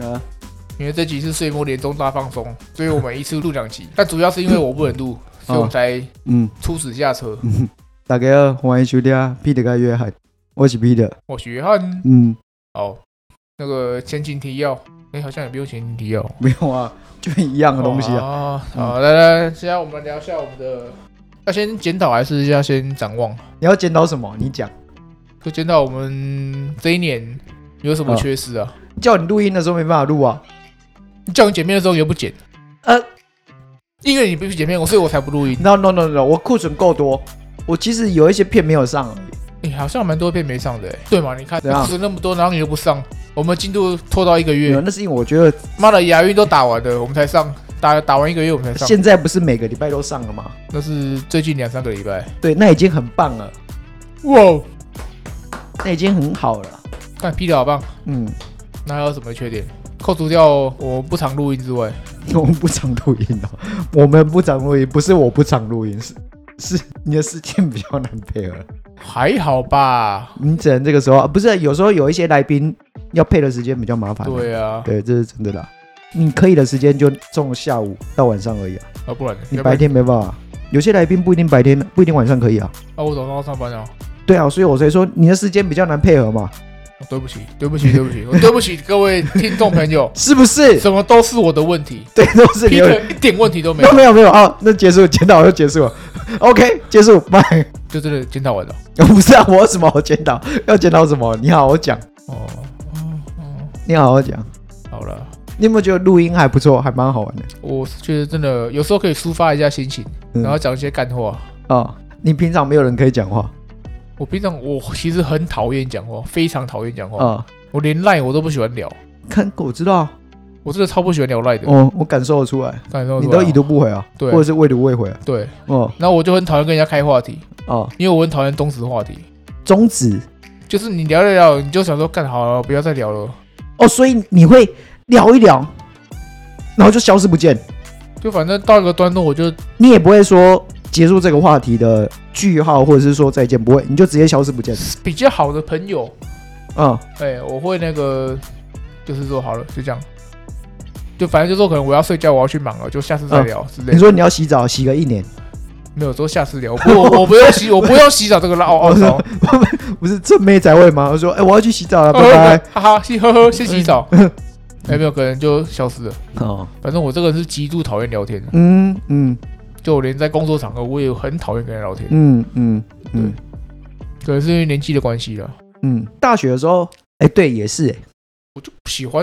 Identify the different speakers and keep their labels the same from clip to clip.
Speaker 1: 啊，
Speaker 2: 因为这集是岁末年终大放松，所以我们一次录两集。 但主要是因为我不能录，所以我们才
Speaker 1: 哦嗯，
Speaker 2: 出此下策。
Speaker 1: 大家好，欢迎收听《彼得跟约翰》，我是彼得。
Speaker 2: 我学汉
Speaker 1: 嗯，
Speaker 2: 哦，那个前情提要，哎，好像也不用前情提要，
Speaker 1: 没有啊，就一样的东西啊。
Speaker 2: 哦好，好来来，现在我们聊一下我们的，要先检讨还是要先展望？
Speaker 1: 你要检讨什么？你讲。
Speaker 2: 就检讨我们这一年有
Speaker 1: 嗯
Speaker 2: 什么缺失啊？
Speaker 1: 叫你录音的时候没办法录啊。
Speaker 2: 叫你剪片的时候也不剪，
Speaker 1: 呃，
Speaker 2: 因为你必须剪片，我所以我才不录音。
Speaker 1: No No No No，我库存够多，我其实有一些片没有上而已。
Speaker 2: 哎、好像蛮多片没上的、欸，对嘛？你看
Speaker 1: 怎样
Speaker 2: 库存那么多，然后你又不上，我们进度拖到一个
Speaker 1: 没有，
Speaker 2: 月，
Speaker 1: 那是因为我觉得
Speaker 2: 妈的亚运都打完了，我们才上，打打完一个月我们才上，
Speaker 1: 现在不是每个礼拜都上了吗？
Speaker 2: 那是最近两三个礼拜。
Speaker 1: 对，那已经很棒了，
Speaker 2: 哇，
Speaker 1: 那已经很好了。
Speaker 2: 看 P 的好棒，
Speaker 1: 嗯，
Speaker 2: 那还有什么缺点？扣除掉我不常录音之外，
Speaker 1: 我们不常录音哦， 我们不常录音，不是我不常录音，是是你的时间比较难配合。
Speaker 2: 还好吧？
Speaker 1: 你只能这个时候，啊不是有时候有一些来宾要配的时间比较麻烦。
Speaker 2: 对啊，
Speaker 1: 对，这是真的啦。你可以的时间就从下午到晚上而已啊，
Speaker 2: 啊不然呢
Speaker 1: 你
Speaker 2: 要不然
Speaker 1: 白天没办法。啊有些来宾不一定白天，不一定晚上可以啊。
Speaker 2: 啊我早上要上班啊。
Speaker 1: 对啊，所以我才说你的时间比较难配合嘛，，
Speaker 2: 哦对不起，对不起，对不起，哦我对不起 各位听众朋友
Speaker 1: 是不是？
Speaker 2: 什么都是我的问题
Speaker 1: 对，都是你的。
Speaker 2: ，Peter 一点问题都没
Speaker 1: 都
Speaker 2: 有，
Speaker 1: 没有没有哦，那结束检讨就结束了。OK，结束，拜。
Speaker 2: 就真的检讨完了。
Speaker 1: 我不是啊，我有什么好检讨？要检讨什么？你好好讲，
Speaker 2: 哦，哦，哦，
Speaker 1: 你好好讲。
Speaker 2: 好了，
Speaker 1: 你有没有觉得录音还不错，还蛮好玩的？
Speaker 2: 我是觉得真的有时候可以抒发一下心情，
Speaker 1: 嗯
Speaker 2: 然后讲一些干话。
Speaker 1: 哦，你平常没有人可以讲话
Speaker 2: 我平常我其实很讨厌讲话，非常讨厌讲话，
Speaker 1: 啊、
Speaker 2: 我连赖我都不喜欢聊，
Speaker 1: 看，我知道啊，
Speaker 2: 我真的超不喜欢聊赖的。
Speaker 1: 哦，我感受得出来，
Speaker 2: 感受
Speaker 1: 你
Speaker 2: 出
Speaker 1: 都
Speaker 2: 来
Speaker 1: 已
Speaker 2: 吗
Speaker 1: 读不回啊，
Speaker 2: 对
Speaker 1: 或者是未读未回啊，
Speaker 2: 对，
Speaker 1: 哦
Speaker 2: 然后我就很讨厌跟人家开话题，
Speaker 1: 哦，
Speaker 2: 因为我很讨厌终止话题，
Speaker 1: 终止
Speaker 2: 就是你聊一聊，你就想说干好了，不要再聊了，
Speaker 1: 哦，所以你会聊一聊，然后就消失不见，
Speaker 2: 就反正到一个段落我就
Speaker 1: 你也不会说结束这个话题的句号，或者是说再见，不会，你就直接消失不见，
Speaker 2: 比较好的朋友，
Speaker 1: 嗯，
Speaker 2: 哎、我会那个，就是说好了，就这样，就反正就说可能我要睡觉，我要去忙了，就下次再
Speaker 1: 嗯
Speaker 2: 聊之类
Speaker 1: 你
Speaker 2: 的。
Speaker 1: 说你要洗澡，洗个一年，
Speaker 2: 没有说下次聊，我不我我不用洗，我不用洗澡这个 哦唠
Speaker 1: 我
Speaker 2: 唠
Speaker 1: 说
Speaker 2: 叨，
Speaker 1: 不是正妹才会吗？我说，哎、我要去洗 澡了，拜
Speaker 2: 呃
Speaker 1: 拜。
Speaker 2: 哈哈，先呵呵，先洗澡。哎，没有，可能就消失了。
Speaker 1: 哦，
Speaker 2: 反正我这个人是极度讨厌聊天的，
Speaker 1: 嗯嗯
Speaker 2: 就我连在工作场合我也很讨厌跟人聊天，
Speaker 1: 嗯嗯嗯
Speaker 2: 可能是因为年纪的关系了，
Speaker 1: 嗯，大学的时候，哎、对，也是、哎，
Speaker 2: 我就不喜欢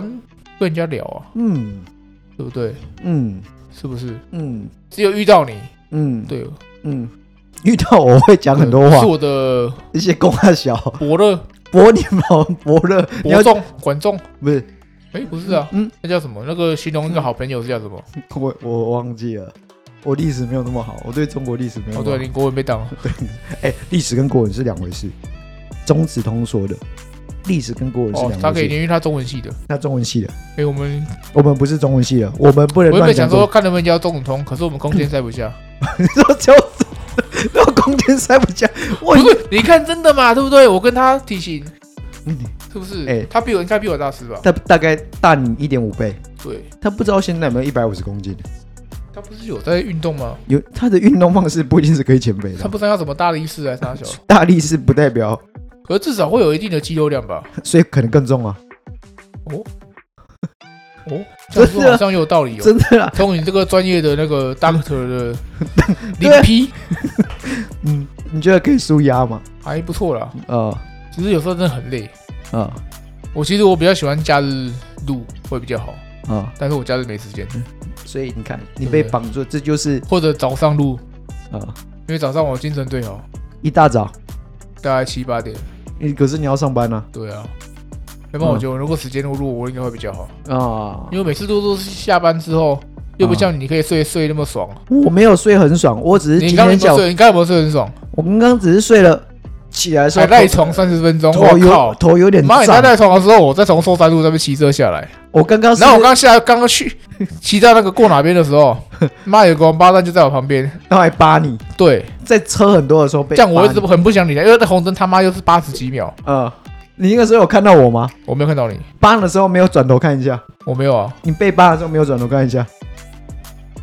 Speaker 2: 跟人家聊啊，
Speaker 1: 嗯
Speaker 2: 对不对？
Speaker 1: 嗯
Speaker 2: 是不是？
Speaker 1: 嗯
Speaker 2: 只有遇到你，
Speaker 1: 嗯，
Speaker 2: 对，
Speaker 1: 嗯，遇到我会讲很多
Speaker 2: 是
Speaker 1: 话，
Speaker 2: 我的
Speaker 1: 一些公啊小
Speaker 2: 伯乐、
Speaker 1: 伯你毛伯乐，你要
Speaker 2: 伯仲、管仲。
Speaker 1: 不是
Speaker 2: 哎，不是啊，
Speaker 1: 嗯，
Speaker 2: 那叫什么？那个形容一个好朋友是叫什么？
Speaker 1: 我我忘记了，我历史没有那么好，我对中国历史没有
Speaker 2: 哦，
Speaker 1: 那么
Speaker 2: 对，
Speaker 1: 好。
Speaker 2: 林国文被当了。
Speaker 1: 哎，历史跟国文是两回事，中子通说的，历史跟国文是
Speaker 2: 哦，他
Speaker 1: 两
Speaker 2: 可以
Speaker 1: 回事。
Speaker 2: 因为他中文系的。
Speaker 1: 那中文系的，
Speaker 2: 哎，我们
Speaker 1: 我们不是中文系的，我们不能
Speaker 2: 我原
Speaker 1: 乱
Speaker 2: 本
Speaker 1: 讲
Speaker 2: 想
Speaker 1: 中
Speaker 2: 说
Speaker 1: 文。
Speaker 2: 看能不能教中文通，可是我们空间塞不下。
Speaker 1: 说就是，然后空间塞不下，我
Speaker 2: 不哦是，你看真的嘛，对不对？我跟他体型
Speaker 1: 嗯
Speaker 2: 是不是？
Speaker 1: 哎
Speaker 2: 他比我应该比我大四吧？
Speaker 1: 大大概大你一点五倍，
Speaker 2: 对，
Speaker 1: 他不知道现在有没有一百五十公斤，
Speaker 2: 他不是有在运动吗？
Speaker 1: 有他的运动方式不一定是可以减肥
Speaker 2: 他
Speaker 1: 的。
Speaker 2: 不知道要怎么大力士来杀小，
Speaker 1: 大力士不代表
Speaker 2: 可是至少会有一定的肌肉量吧？
Speaker 1: 所以可能更重啊，
Speaker 2: 哦，这
Speaker 1: 真
Speaker 2: 样说
Speaker 1: 的啊
Speaker 2: 好像有道理哦。
Speaker 1: 真的啊啦，
Speaker 2: 从你这个专业的那个 doctor 的
Speaker 1: 对啊
Speaker 2: 零 P
Speaker 1: 嗯，你觉得可以舒压吗？
Speaker 2: 还不错啦，
Speaker 1: 啊
Speaker 2: 只是有时候真的很累。
Speaker 1: 啊
Speaker 2: 我其实我比较喜欢假日录会比较好，
Speaker 1: 啊！
Speaker 2: 但是我假日没时间，
Speaker 1: 嗯所以你看，你被绑住，这就是
Speaker 2: 或者早上录，
Speaker 1: 啊，
Speaker 2: 因为早上我精神最好，
Speaker 1: 一大早，
Speaker 2: 大概七八点。
Speaker 1: 你可是你要上班啊
Speaker 2: 对啊，要不然我
Speaker 1: 嗯
Speaker 2: 觉得我如果时间录录，我应该会比较好。
Speaker 1: 啊
Speaker 2: 因！为每次都都是下班之后，又不像你可以睡睡那么爽。
Speaker 1: 我没有睡很爽，我只是嗯
Speaker 2: 你
Speaker 1: 今
Speaker 2: 刚刚有
Speaker 1: 天
Speaker 2: 没有
Speaker 1: 下午，
Speaker 2: 睡？你刚刚有没有睡很爽？
Speaker 1: 我刚刚只是睡了，起来的时
Speaker 2: 还
Speaker 1: 候
Speaker 2: 赖床三十分钟，
Speaker 1: 头
Speaker 2: 我
Speaker 1: 有
Speaker 2: 靠！
Speaker 1: 头有点
Speaker 2: 妈，你在
Speaker 1: 胀，
Speaker 2: 赖床的时候，我再从寿山路那边骑车下来，
Speaker 1: 我刚刚是
Speaker 2: 然后我刚下刚刚去 骑到那个过哪边的时候， 妈有个王八蛋就在我旁边。
Speaker 1: 然后还扒你，
Speaker 2: 对，
Speaker 1: 在车很多的时候被
Speaker 2: 这样我一
Speaker 1: 扒
Speaker 2: 直
Speaker 1: 你
Speaker 2: 很不想理他，因为那红灯他妈又是八十几秒，
Speaker 1: 呃，你那个时候有看到我吗？
Speaker 2: 我没有看到你。
Speaker 1: 扒的时候没有转头看一下，
Speaker 2: 我没有啊，
Speaker 1: 你被扒的时候没有转头看一下，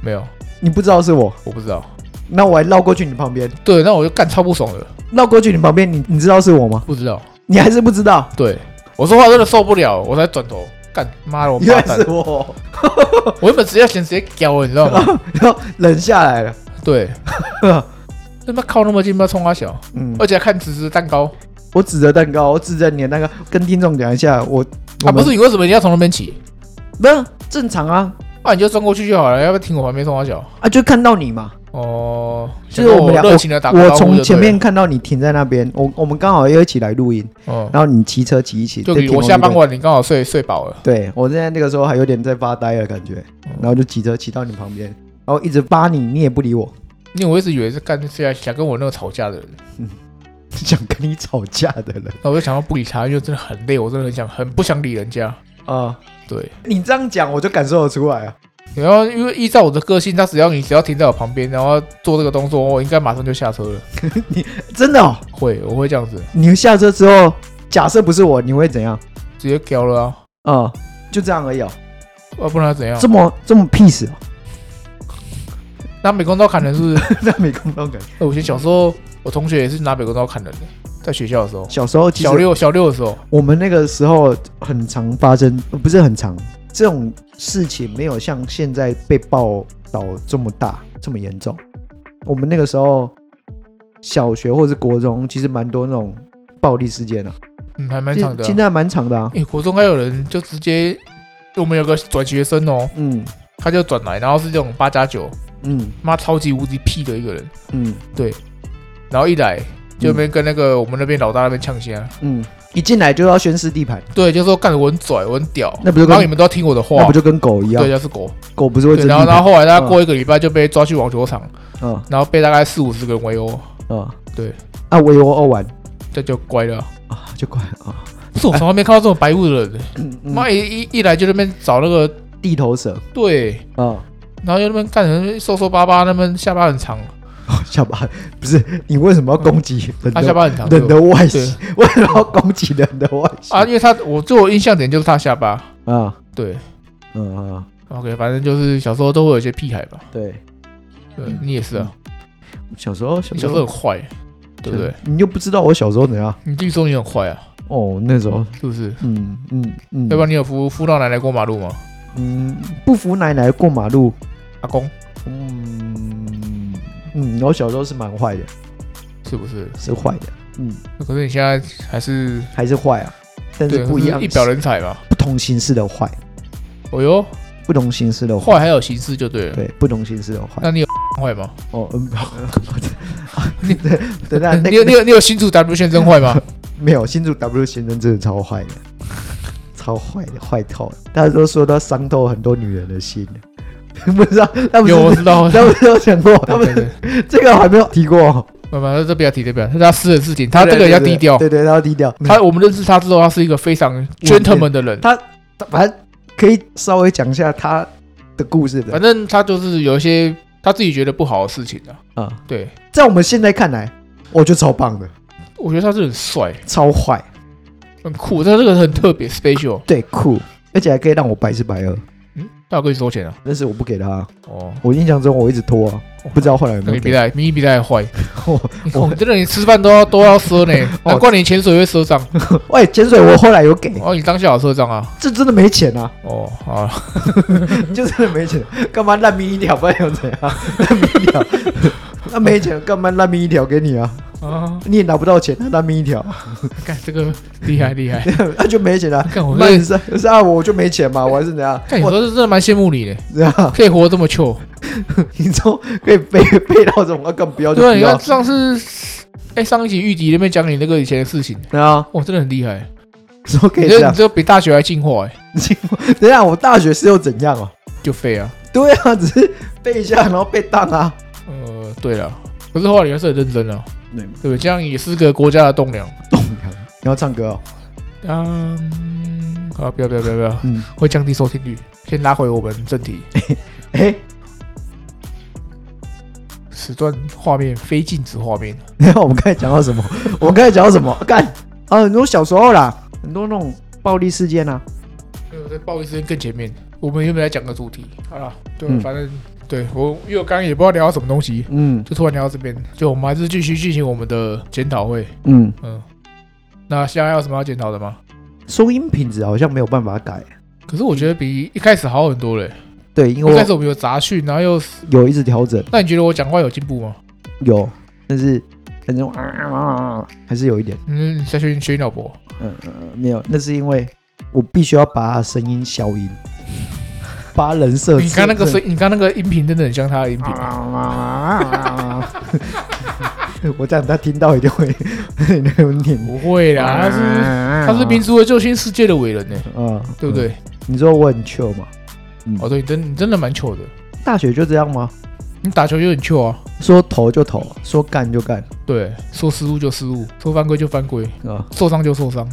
Speaker 2: 没有，
Speaker 1: 你不知道是我，
Speaker 2: 我不知道。
Speaker 1: 那我还绕过去你旁边，
Speaker 2: 对，那我就干超不爽的，
Speaker 1: 绕过去你旁边，你你知道是 我吗？
Speaker 2: 不知道。
Speaker 1: 你还是不知道，
Speaker 2: 对，我说话真的受不了，我才转头干妈的，我
Speaker 1: 原
Speaker 2: 妈
Speaker 1: 来
Speaker 2: 蛋
Speaker 1: 是，我，
Speaker 2: 我原本直接想直接屌了，你知道吗？
Speaker 1: 然后忍下来了。
Speaker 2: 对，他妈靠那么近，他妈冲他小，
Speaker 1: 嗯，
Speaker 2: 而且还看直直蛋糕。
Speaker 1: 我指着蛋糕，我指着你的蛋糕，跟听众讲一下，我
Speaker 2: 啊，
Speaker 1: 我
Speaker 2: 不
Speaker 1: 们
Speaker 2: 是你为什么一定要从那边起？
Speaker 1: 不是正常啊
Speaker 2: 啊，你就钻过去就好了，要不要停我旁边冲他小？
Speaker 1: 啊，就看到你嘛，
Speaker 2: 哦，
Speaker 1: 就是我们
Speaker 2: 想
Speaker 1: 俩
Speaker 2: 跟热情的打个
Speaker 1: 我
Speaker 2: 招呼
Speaker 1: 从
Speaker 2: 就
Speaker 1: 前
Speaker 2: 对
Speaker 1: 面看到你停在那边，我我们刚好要一起来录音，
Speaker 2: 了，嗯，
Speaker 1: 然后你骑车骑一骑，
Speaker 2: 就
Speaker 1: 在
Speaker 2: 你
Speaker 1: 停
Speaker 2: 我
Speaker 1: 红
Speaker 2: 下
Speaker 1: 绿
Speaker 2: 班
Speaker 1: 灯
Speaker 2: 完，你刚好睡睡饱了，
Speaker 1: 对我现在那个时候还有点在发呆的感觉，然后就骑车骑到你旁边，然后一直扒你，你也不理我，
Speaker 2: 因为我一直以为是干是要想跟我那个吵架的人，
Speaker 1: 想跟你吵架的人
Speaker 2: 那我就想要不理他，因为真的很累，我真的很想很不想理人家。
Speaker 1: 啊，
Speaker 2: 对，
Speaker 1: 你这样讲我就感受得出来啊，
Speaker 2: 然后因为依照我的个性，他只要你只要停在我旁边，然后做这个动作，我应该马上就下车了。
Speaker 1: 真的、哦，
Speaker 2: 会，我会这样子，
Speaker 1: 你下车之后，假设不是我，你会怎样？
Speaker 2: 直接屌了啊，
Speaker 1: 啊、就这样而已哦，
Speaker 2: 要不然他怎样？
Speaker 1: 这么这么 peace 哦，
Speaker 2: 拿美工刀砍人是不是？
Speaker 1: 那没空到感觉。
Speaker 2: 哎我以前小时候，我同学也是拿美工刀砍人的，在学校的时候，
Speaker 1: 小时候其
Speaker 2: 小
Speaker 1: 实
Speaker 2: 六小六的时候，
Speaker 1: 我们那个时候很常发生，呃不是很常，这种事情没有像现在被报道这么大这么严重。我们那个时候小学或者是国中，其实蛮多那种暴力事件的、啊，
Speaker 2: 嗯，还蛮
Speaker 1: 其
Speaker 2: 长
Speaker 1: 实
Speaker 2: 的啊。
Speaker 1: 现在蛮长的啊。
Speaker 2: 诶、国中还有人就直接，我们有个转学生哦，
Speaker 1: 嗯
Speaker 2: 他就转来，然后是这种八加九，
Speaker 1: 嗯
Speaker 2: 妈超级无敌屁的一个人，
Speaker 1: 嗯
Speaker 2: 然后一来就那边跟那个、我们那边老大那边呛虾，
Speaker 1: 嗯，一进来就要宣示地盘，
Speaker 2: 对，就说干我很拽，我很屌，
Speaker 1: 那不就
Speaker 2: 然哦后你
Speaker 1: 跟
Speaker 2: 们都要听我的
Speaker 1: 那
Speaker 2: 话
Speaker 1: 不，就跟狗一样
Speaker 2: 对，，要是狗，
Speaker 1: 狗不是会
Speaker 2: 对，
Speaker 1: 争
Speaker 2: 然后
Speaker 1: 地
Speaker 2: 然后
Speaker 1: 盘？
Speaker 2: 后来他
Speaker 1: 嗯
Speaker 2: 过一个礼拜就被抓去网球场，
Speaker 1: 嗯
Speaker 2: 然后被大概四五十个人围殴，
Speaker 1: 嗯，
Speaker 2: 对，
Speaker 1: 啊，我有我玩
Speaker 2: 这就乖了。
Speaker 1: 啊，就乖啊。
Speaker 2: 不是我从来没看到这种白目的人，
Speaker 1: 嗯嗯
Speaker 2: 妈、一一一来就那边找那个
Speaker 1: 地头蛇
Speaker 2: 对，
Speaker 1: 啊、
Speaker 2: 然后就那边干人瘦瘦巴巴，那边下巴很长，
Speaker 1: 下巴不是你为什么要攻击人
Speaker 2: 他下
Speaker 1: 的、
Speaker 2: 巴很长，
Speaker 1: 人
Speaker 2: 对
Speaker 1: 的外
Speaker 2: 对
Speaker 1: 形？为什么要攻击人的外形
Speaker 2: 啊，因为他我对我印象点就是他下巴，
Speaker 1: 啊
Speaker 2: 对
Speaker 1: 嗯啊
Speaker 2: ，OK，反正就是小时候都会有一些屁孩吧，
Speaker 1: 对，
Speaker 2: 对
Speaker 1: 嗯
Speaker 2: 你也是啊，
Speaker 1: 小时候小
Speaker 2: 你小时候很坏，对不对？？
Speaker 1: 你又不知道我小时候怎样
Speaker 2: 你自己说你很坏啊，
Speaker 1: 哦，那时候
Speaker 2: 是不是？
Speaker 1: 嗯嗯嗯，
Speaker 2: 要不然你有扶扶到奶奶过马路吗？
Speaker 1: 嗯不服奶奶过马路，
Speaker 2: 阿公
Speaker 1: 嗯嗯，我小时候是蛮坏的，
Speaker 2: 是不是？
Speaker 1: 是坏的，嗯，
Speaker 2: 可是你现在还是
Speaker 1: 还是坏啊，但
Speaker 2: 对
Speaker 1: 是不一样，
Speaker 2: 一表人才嘛。
Speaker 1: 不同形式的坏，
Speaker 2: 哦哟，
Speaker 1: 不同形式的坏，
Speaker 2: 坏还有形式就对呃了。
Speaker 1: 对，不同形式的坏。
Speaker 2: 那你有坏吗？
Speaker 1: 哦， 嗯， 对，等下那
Speaker 2: 你有
Speaker 1: 个
Speaker 2: 你有你有新竹 W 先生 坏吗？
Speaker 1: 没有新竹 W 先生真的超坏的，超坏的，坏透了。大家都说他伤透很多女人的心， 不知道他不
Speaker 2: 有我
Speaker 1: 是
Speaker 2: 知道。
Speaker 1: 他不是有讲过，他不
Speaker 2: 对
Speaker 1: 是
Speaker 2: 对，
Speaker 1: 这个我还没有提过。
Speaker 2: 慢慢，这不要提，这不要，这是他私人事情，他这个要低调。
Speaker 1: 对对，他要低调。嗯
Speaker 2: 他我们认识他之后，他是一个非常 gentleman 的人。
Speaker 1: 他反正可以稍微讲一下他的故事的
Speaker 2: 反正他就是有一些他自己觉得不好的事情啊。
Speaker 1: 啊，
Speaker 2: 对，
Speaker 1: 在我们现在看来，我觉得超棒的，
Speaker 2: 我觉得他是很帅、
Speaker 1: 超坏，
Speaker 2: 很酷，他这个很特别 special。
Speaker 1: 对，酷，而且还可以让我白吃白喝。
Speaker 2: 他有跟你收钱啊？
Speaker 1: 但是我不给他，
Speaker 2: 哦，
Speaker 1: 我印象中我一直拖啊，不知道后来有没
Speaker 2: 那你
Speaker 1: 有
Speaker 2: 比
Speaker 1: 给。
Speaker 2: 他还你比他还坏。
Speaker 1: 我
Speaker 2: 你
Speaker 1: 我
Speaker 2: 看你真的你吃饭都要都要赊呢，
Speaker 1: 哦
Speaker 2: 难怪你潜水会 赊账。
Speaker 1: 喂，潜水我后来有给，
Speaker 2: 哦，你当下有赊账啊？
Speaker 1: 这真的没钱啊，
Speaker 2: 哦，好啊，
Speaker 1: 就真的没钱，干嘛烂命一条？不然又怎样？烂命一条， 那没钱干嘛烂命一条给你啊？
Speaker 2: 啊，
Speaker 1: 你也拿不到钱，那烂命一条，
Speaker 2: 看这个厉害厉害。
Speaker 1: 那就没钱了、啊。
Speaker 2: 看我
Speaker 1: 那
Speaker 2: 这
Speaker 1: 你，是是啊，我就没钱嘛，我还是怎样？
Speaker 2: 看你
Speaker 1: 我
Speaker 2: 说是真的蛮羡慕你的，
Speaker 1: 怎样？
Speaker 2: 可以活得这么糗。
Speaker 1: 你从可以背背到这种，那更不哦要就
Speaker 2: 对，啊
Speaker 1: 不
Speaker 2: 你
Speaker 1: 要
Speaker 2: 看。上次，哎、上一集玉迪那边讲你那个以前的事情，
Speaker 1: 对啊，
Speaker 2: 哇，真的很厉害，
Speaker 1: 怎么可
Speaker 2: 你
Speaker 1: 以这
Speaker 2: 这
Speaker 1: 样
Speaker 2: 你？这比大学还进化哎、
Speaker 1: 等一下，我大学是又怎样哦、
Speaker 2: 就废啊。
Speaker 1: 对啊，只是背一下，然后被当啊。
Speaker 2: 呃，对了，可是后来你还是很认真啊，
Speaker 1: 对
Speaker 2: 对不对？这样也是个国家的栋梁。
Speaker 1: 你要唱歌哦，
Speaker 2: 嗯，啊，不要不要不要不要，
Speaker 1: 嗯，
Speaker 2: 会降低收听率。先拉回我们正题，
Speaker 1: 哎、
Speaker 2: 此段画面非静止画面，
Speaker 1: 然 后我们刚才讲到什么？我们刚才讲到什么？干啊，很多小时候啦，很多那种暴力事件啊，
Speaker 2: 对不对？不好意思，更前面，我们原本在讲个主题，好了，对，
Speaker 1: 嗯
Speaker 2: 反正对我，因为我刚刚也不知道聊到什么东西，
Speaker 1: 嗯
Speaker 2: 就突然聊到这边，就我们还是继续进行我们的检讨会，
Speaker 1: 嗯，
Speaker 2: 嗯，那现在还有什么要检讨的吗？
Speaker 1: 收音品质好像没有办法改。
Speaker 2: 可是我觉得比一开始好很多嘞、
Speaker 1: 对，因
Speaker 2: 一开
Speaker 1: 为
Speaker 2: 始我们有杂讯，然后又是，
Speaker 1: 我有一直调整，
Speaker 2: 那你觉得我讲话有进步吗？
Speaker 1: 有，但是反正啊啊啊啊还是有一点。
Speaker 2: 嗯，下去学你老婆，
Speaker 1: 嗯嗯，
Speaker 2: 呃
Speaker 1: 嗯没有，那是因为我必须要把他的声音消音， 把人设。
Speaker 2: 你刚那个声，你刚那个音频真的很像他的音频，
Speaker 1: 我这样他听到一定会 那个念。
Speaker 2: 不会
Speaker 1: 嗯
Speaker 2: 啦，啊他是他是民族的救星世界的伟人呢、
Speaker 1: 啊，
Speaker 2: 对不对？
Speaker 1: 你说我很 chill 吗？
Speaker 2: 哦，对，你真你真的蛮糗的，
Speaker 1: 大学就这样吗？
Speaker 2: 你打球就很糗啊。
Speaker 1: 说投就投，说干就干
Speaker 2: 对，说失误就失误，说犯规就犯规，
Speaker 1: 啊！
Speaker 2: 受伤就受伤。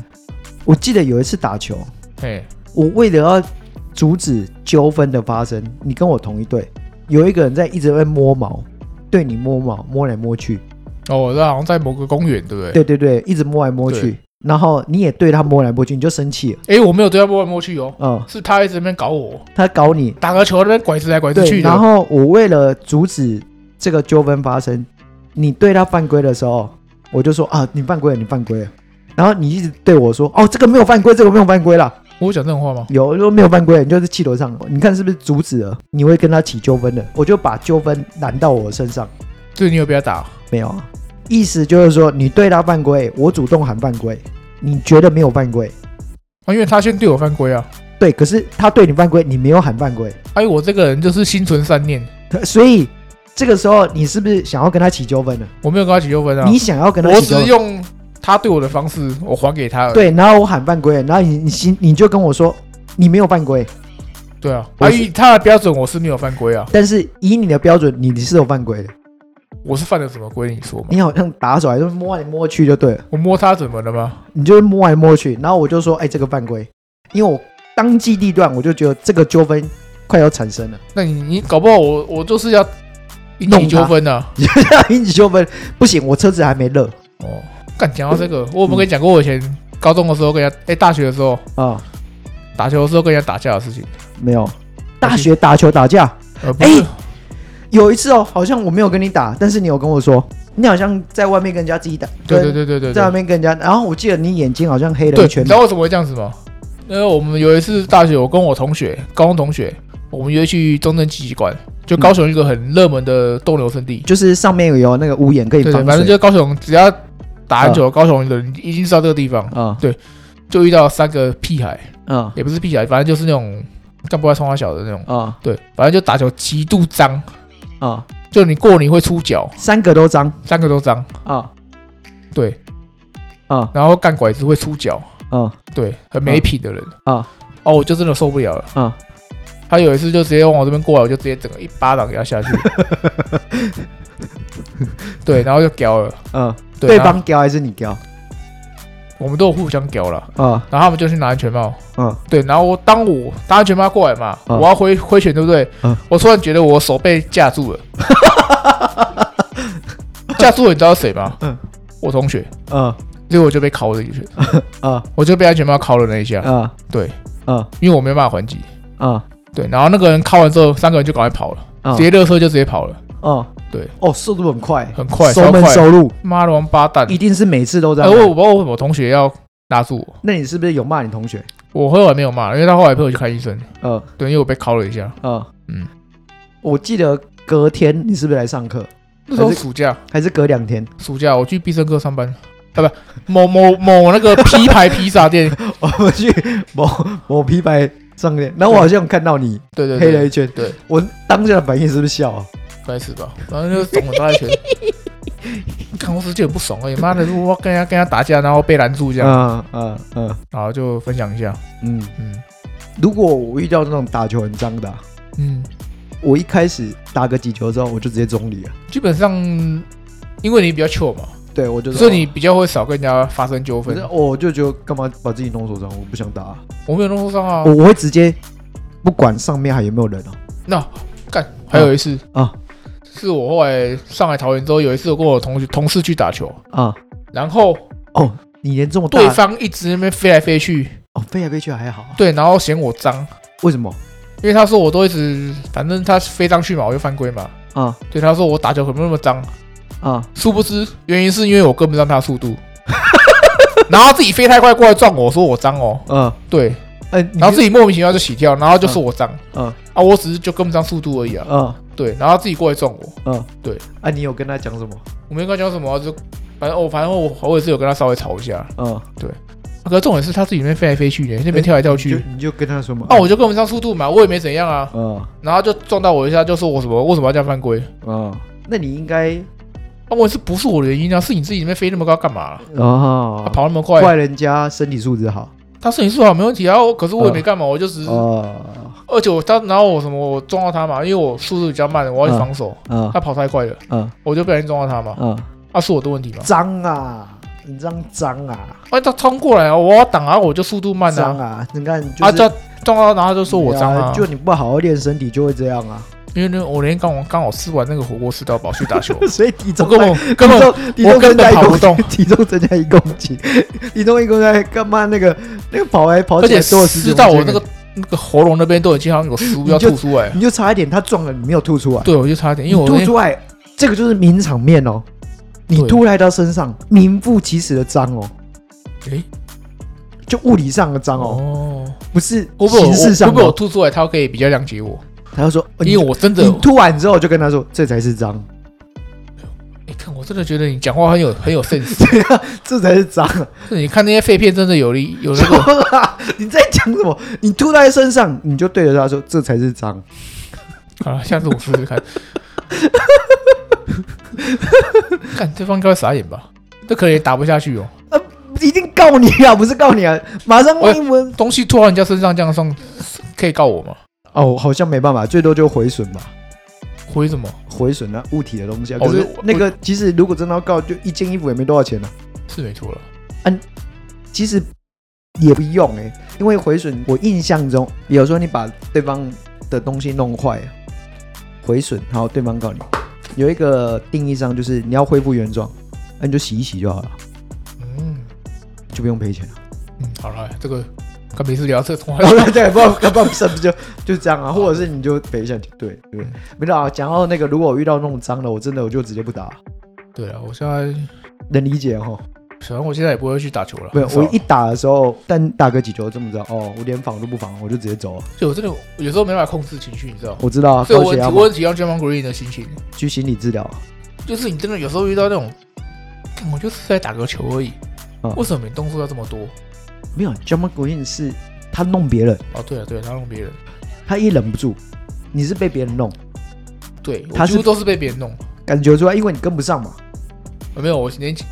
Speaker 1: 我记得有一次打球，
Speaker 2: 嘿，
Speaker 1: 我为了要阻止纠纷的发生，你跟我同一队，有一个人在一直在摸毛，对你摸毛，摸来摸去，
Speaker 2: 哦，那好像在某个公园，对不对？
Speaker 1: 对对对，一直摸来摸去
Speaker 2: 对，
Speaker 1: 然后你也对他摸来摸去，你就生气了，
Speaker 2: 诶，我没有对他摸来摸去哦，
Speaker 1: 嗯，
Speaker 2: 是他一直在那边搞我，
Speaker 1: 他搞你，
Speaker 2: 打个球在那边拐子来拐子
Speaker 1: 对，
Speaker 2: 哎去的。
Speaker 1: 然后我为了阻止这个纠纷发生，你对他犯规的时候，我就说啊，你犯规了，你犯规了，然后你一直对我说，哦，这个没有犯规，这个没有犯规啦，
Speaker 2: 我有讲这种话吗？
Speaker 1: 有如果没有犯规，你就是气头上，你看是不是阻止了，你会跟他起纠纷的，我就把纠纷揽到我身上，
Speaker 2: 对你有被他打？
Speaker 1: 没有啊，意思就是说你对他犯规，我主动喊犯规，你觉得没有犯规。
Speaker 2: 啊，因为他先对我犯规啊。
Speaker 1: 对，可是他对你犯规，你没有喊犯规，
Speaker 2: 哎，我这个人就是心存善念，
Speaker 1: 所以这个时候你是不是想要跟他起纠纷了？
Speaker 2: 我没有跟他起纠纷啊，
Speaker 1: 你想要跟他
Speaker 2: 我
Speaker 1: 起
Speaker 2: 只
Speaker 1: 纠
Speaker 2: 是
Speaker 1: 纷，
Speaker 2: 用他对我的方式，我还给他了。
Speaker 1: 对，然后我喊犯规，然后你你心你就跟我说你没有犯规，
Speaker 2: 对啊，
Speaker 1: 我
Speaker 2: 啊，
Speaker 1: 是
Speaker 2: 以他的标准，我是没有犯规啊，
Speaker 1: 但是以你的标准，你你是有犯规的，
Speaker 2: 我是犯了什么规？你说嘛？
Speaker 1: 你好像打手还是摸来摸去就对了，
Speaker 2: 我摸他怎么了吗？
Speaker 1: 你就是摸来摸去，然后我就说哎、这个犯规，因为我当机立断，我就觉得这个纠纷快要产生了，
Speaker 2: 那你你搞不好我我就是要引
Speaker 1: 弄
Speaker 2: 起
Speaker 1: 他
Speaker 2: 纠纷啊。
Speaker 1: 引起纠纷不行，我车子还没热
Speaker 2: 哦，干讲到这个，我有没有跟你讲过我以前高中的时候跟人家，哎、大学的时候
Speaker 1: 啊，
Speaker 2: 打球的时候跟人家打架的事情？
Speaker 1: 没有，大学打球打架。
Speaker 2: 呃，不
Speaker 1: 哎
Speaker 2: 是，
Speaker 1: 有一次哦，好像我没有跟你打，但是你有跟我说，你好像在外面跟人家自己打，
Speaker 2: 对对
Speaker 1: 跟
Speaker 2: 对对对
Speaker 1: 在外
Speaker 2: 对，
Speaker 1: 面跟人家，然后我记得你眼睛好像黑了
Speaker 2: 对，
Speaker 1: 一
Speaker 2: 你
Speaker 1: 圈
Speaker 2: 知，道为什么会这样子吗？因为我们有一次大学，我跟我同学，高中同学，我们约去中正纪馆，就高雄一个很热门的斗牛圣地，
Speaker 1: 就是上面有那个屋檐可以
Speaker 2: 对啊
Speaker 1: 防
Speaker 2: 对，
Speaker 1: 水，
Speaker 2: 反正就是高雄，只要打篮球，高雄的人一定知道这个地方，
Speaker 1: 啊
Speaker 2: 就遇到三个屁孩，
Speaker 1: 啊
Speaker 2: 也不是屁孩，反正就是那种干不爱冲他小的那种，
Speaker 1: 啊
Speaker 2: 对，反正就打球极度脏，
Speaker 1: 啊，
Speaker 2: 就你过你会出脚，
Speaker 1: 三个都脏
Speaker 2: 三个都脏，
Speaker 1: 啊
Speaker 2: 对，
Speaker 1: 啊
Speaker 2: 然后干拐子会出脚，
Speaker 1: 啊
Speaker 2: 对，很没品的人
Speaker 1: 啊
Speaker 2: 哦，我就真的受不了了。
Speaker 1: 啊！
Speaker 2: 他有一次就直接往我这边过来，我就直接整个一巴掌给他 下去，对，然后就屌了，
Speaker 1: 啊，
Speaker 2: 对，
Speaker 1: 对
Speaker 2: 然后
Speaker 1: 方叼还是你叼？
Speaker 2: 我们都有互相屌了，
Speaker 1: 啊
Speaker 2: 然后他们就去拿安全帽，
Speaker 1: 啊
Speaker 2: 对，然后我当我打安全帽过来嘛，
Speaker 1: 嗯
Speaker 2: 我要挥挥拳，对不对？
Speaker 1: 嗯
Speaker 2: 我突然觉得我手被架 住了，架住了，你知道谁吗？
Speaker 1: 嗯
Speaker 2: 我同学，
Speaker 1: 啊
Speaker 2: 所以我就被敲了一拳，
Speaker 1: 啊
Speaker 2: 我就被安全帽敲了那一下，
Speaker 1: 啊
Speaker 2: 对，
Speaker 1: 啊
Speaker 2: 因为我没办法还击，
Speaker 1: 啊
Speaker 2: 对，然后那个人敲完之后，三个人就赶快跑了，
Speaker 1: 啊
Speaker 2: 直接热车就直接跑了，
Speaker 1: 啊！
Speaker 2: 对，
Speaker 1: 哦，速度很快，
Speaker 2: 很快
Speaker 1: 熟
Speaker 2: 超
Speaker 1: 门
Speaker 2: 快
Speaker 1: 熟路，
Speaker 2: 妈的王八蛋！
Speaker 1: 一定啊是每次都这
Speaker 2: 哎，我
Speaker 1: 样。啊
Speaker 2: 我不知道为什么我同学要拉住我，
Speaker 1: 那你是不是有骂你同学？
Speaker 2: 我后来没有骂，因为他后来陪我去看医生，
Speaker 1: 呃
Speaker 2: 对，因为我被敲了一下，
Speaker 1: 呃，
Speaker 2: 嗯，
Speaker 1: 我记得隔天你是不是来上课？
Speaker 2: 那时候
Speaker 1: 还是
Speaker 2: 暑假。
Speaker 1: 还是隔两天？
Speaker 2: 暑假我去必胜客上班，啊不，某某某 那个 P 牌披萨店，
Speaker 1: 我们去某某皮牌上面，然后我好像有看到你
Speaker 2: 对对
Speaker 1: 黑了
Speaker 2: 对，
Speaker 1: 一圈，
Speaker 2: 对
Speaker 1: 我当下的反应是不是笑啊？
Speaker 2: 该死吧，反正就是捅了他一 拳。看我司机很不爽而已，妈的，我跟人家跟人家打架，然后被拦住这样，
Speaker 1: 嗯嗯嗯
Speaker 2: 然后就分享一下，
Speaker 1: 嗯，
Speaker 2: 嗯
Speaker 1: 如果我遇到那种打球很脏的啊、
Speaker 2: 嗯，
Speaker 1: 我一开始打个几球之后，我就直接中里了。
Speaker 2: 基本上因为你比较糗嘛，
Speaker 1: 对，我就
Speaker 2: 所以你比较会少跟人家发生纠
Speaker 1: 不
Speaker 2: 纷
Speaker 1: 是，。哦我就觉得干嘛把自己弄受伤？我不想打啊、
Speaker 2: 我没有弄受伤啊
Speaker 1: 我，我会直接不管上面还有没有人啊。
Speaker 2: 那干还有一次
Speaker 1: 啊，
Speaker 2: 是我后来上海桃园之后，有一次我跟我同学同事去打球，
Speaker 1: 啊、
Speaker 2: 然后
Speaker 1: 哦，你连这么大
Speaker 2: 对方一直在那边飞来飞去，
Speaker 1: 哦，飞来飞去还好，
Speaker 2: 对，然后嫌我脏，
Speaker 1: 为什么
Speaker 2: 因为他说我都一直，反正他飞上去嘛，我就犯规嘛。
Speaker 1: 啊
Speaker 2: 对，他说我打球怎么那么脏，
Speaker 1: 啊？
Speaker 2: 殊不知原因是因为我跟不上他的速 度，然后他自己飞太快过来撞我，说我脏哦，
Speaker 1: 嗯，
Speaker 2: 对，
Speaker 1: 哎，你
Speaker 2: 然后自己莫名其妙就起跳，然后就说我脏
Speaker 1: 嗯
Speaker 2: 啊，我只是就跟不上速度而已啊，
Speaker 1: 嗯
Speaker 2: 对，然后他自己过来撞我，
Speaker 1: 嗯，
Speaker 2: 对
Speaker 1: 啊，你有跟他讲什么？
Speaker 2: 我没跟他讲什么啊，就反正我反正我我也是有跟他稍微吵一下，啊
Speaker 1: 嗯，
Speaker 2: 可是重点是他自己那边飞来飞去的，那边跳来跳
Speaker 1: 你就
Speaker 2: 去，
Speaker 1: 你就跟他说嘛。
Speaker 2: 啊，我就跟不上速度嘛，我也没怎样啊，
Speaker 1: 嗯
Speaker 2: 然后就撞到我一下，就说我什么为什么要这样犯规？
Speaker 1: 嗯，那你应该
Speaker 2: 那我是不是我的原因啊？是你自己那边飞那么高干嘛啊、
Speaker 1: 哦
Speaker 2: 啊？跑那么快，
Speaker 1: 怪人家身体素质好
Speaker 2: 他摄影术好没问题啊，我可是我也没干嘛，我就只是，
Speaker 1: 嗯哦，
Speaker 2: 而且我他然后我什么我撞到他嘛，因为我速度比较慢，我要去防守，
Speaker 1: 嗯
Speaker 2: 他跑太快了，
Speaker 1: 嗯
Speaker 2: 我就不小心撞到他嘛，
Speaker 1: 嗯，
Speaker 2: 啊是我的问题嘛，
Speaker 1: 脏啊，你这样脏啊，
Speaker 2: 啊他冲过来啊，我要挡啊，我就速度慢
Speaker 1: 脏
Speaker 2: 啊，
Speaker 1: 啊！你看，就是
Speaker 2: 啊他撞到然后他就说我脏啊，
Speaker 1: 就你不好好练身体就会这 样啊，
Speaker 2: 因为呢我连刚刚好吃完那个火锅吃到饱去 打球，
Speaker 1: 所以体
Speaker 2: 我
Speaker 1: 重
Speaker 2: 根本根本
Speaker 1: 体重
Speaker 2: 我根
Speaker 1: 增加
Speaker 2: 本
Speaker 1: 一
Speaker 2: 跑不
Speaker 1: 公
Speaker 2: 动，
Speaker 1: 体重增加一公斤， 体重一公斤干嘛？那个那个跑来跑
Speaker 2: 而
Speaker 1: 去
Speaker 2: 且
Speaker 1: 还多了
Speaker 2: 吃
Speaker 1: 十
Speaker 2: 到我那个那个喉咙那边都已经好像有食物要吐出来，
Speaker 1: 欸你就差一点，他撞了你没有吐出来，
Speaker 2: 对我就差点，因为
Speaker 1: 你
Speaker 2: 我那
Speaker 1: 吐出来，这个就是名场面哦。你
Speaker 2: 对
Speaker 1: 吐在他身上，名副其实的脏哦，
Speaker 2: 诶
Speaker 1: 就物理上的脏哦，
Speaker 2: 哦，
Speaker 1: 不是
Speaker 2: 会不会我
Speaker 1: 形式
Speaker 2: 会
Speaker 1: 上
Speaker 2: 不会我
Speaker 1: 的。
Speaker 2: 吐出来，他可以比较谅解我？
Speaker 1: 他就说，
Speaker 2: 因为
Speaker 1: 为
Speaker 2: 我真的
Speaker 1: 你，吐完之后，我就跟他说，这才是脏，
Speaker 2: 你看我真的觉得你讲话很有很有 sense。
Speaker 1: 这才是脏。
Speaker 2: 是你看那些废片真的有力有那
Speaker 1: 说
Speaker 2: 个，
Speaker 1: 啊，你在讲什么？你吐在身上，你就对着他说，这才是脏。
Speaker 2: 好了，下次我试试 看。看对方应该会傻眼吧？这可能也打不下去哦。
Speaker 1: 一定告你啊！不是告你啊！马上问一问
Speaker 2: 东西吐到人家身上这样算可以告我吗？
Speaker 1: 哦，好像没办法，最多就毁损吧，
Speaker 2: 回什么？
Speaker 1: 毁损那物体的东西啊。
Speaker 2: 哦
Speaker 1: 可是
Speaker 2: 我
Speaker 1: 那个，其实如果真的要告，就一件衣服也没多少钱啊。
Speaker 2: 是没错了。
Speaker 1: 其实也不用哎、因为毁损，我印象中，比如说你把对方的东西弄坏，毁损，然后对方告你，有一个定义上就是你要恢复原状，那你就洗一洗就好了，
Speaker 2: 嗯
Speaker 1: 就不用赔钱了。
Speaker 2: 嗯，好了，这个跟没事聊这个通
Speaker 1: 然
Speaker 2: 话。
Speaker 1: 后对，不然不然不是不就就这样啊，或者是你就赔一下，对对，没有啊。讲到那个，如果我遇到那种脏的，我真的我就直接不打，
Speaker 2: 对啊，我现在
Speaker 1: 能理解哈。
Speaker 2: 反正我现在也不会去打球了。
Speaker 1: 没有，
Speaker 2: 很少
Speaker 1: 我一打的时候，但打个几球这么着，哦，我连防都不防，我就直接走了。
Speaker 2: 就我真的有时候没办法控制情绪，你知道吗？
Speaker 1: 我知道啊，
Speaker 2: 所以
Speaker 1: 高
Speaker 2: 我
Speaker 1: 血压
Speaker 2: 很
Speaker 1: 嘛
Speaker 2: 我很体谅 j a m a Green 的心情。
Speaker 1: 去心理治疗啊，
Speaker 2: 就是你真的有时候遇到那种，干我就是在打个球而已，
Speaker 1: 嗯
Speaker 2: 为什么你动作要这么多？
Speaker 1: 没有 j a m a Green 是他弄别人，
Speaker 2: 哦，对了对了，他弄别人，
Speaker 1: 他一忍不住，你是被别人弄，
Speaker 2: 对我
Speaker 1: 他
Speaker 2: 几
Speaker 1: 是
Speaker 2: 乎都是被别人弄，
Speaker 1: 感觉出来，因为你跟不上 嘛。
Speaker 2: 呃没有我年轻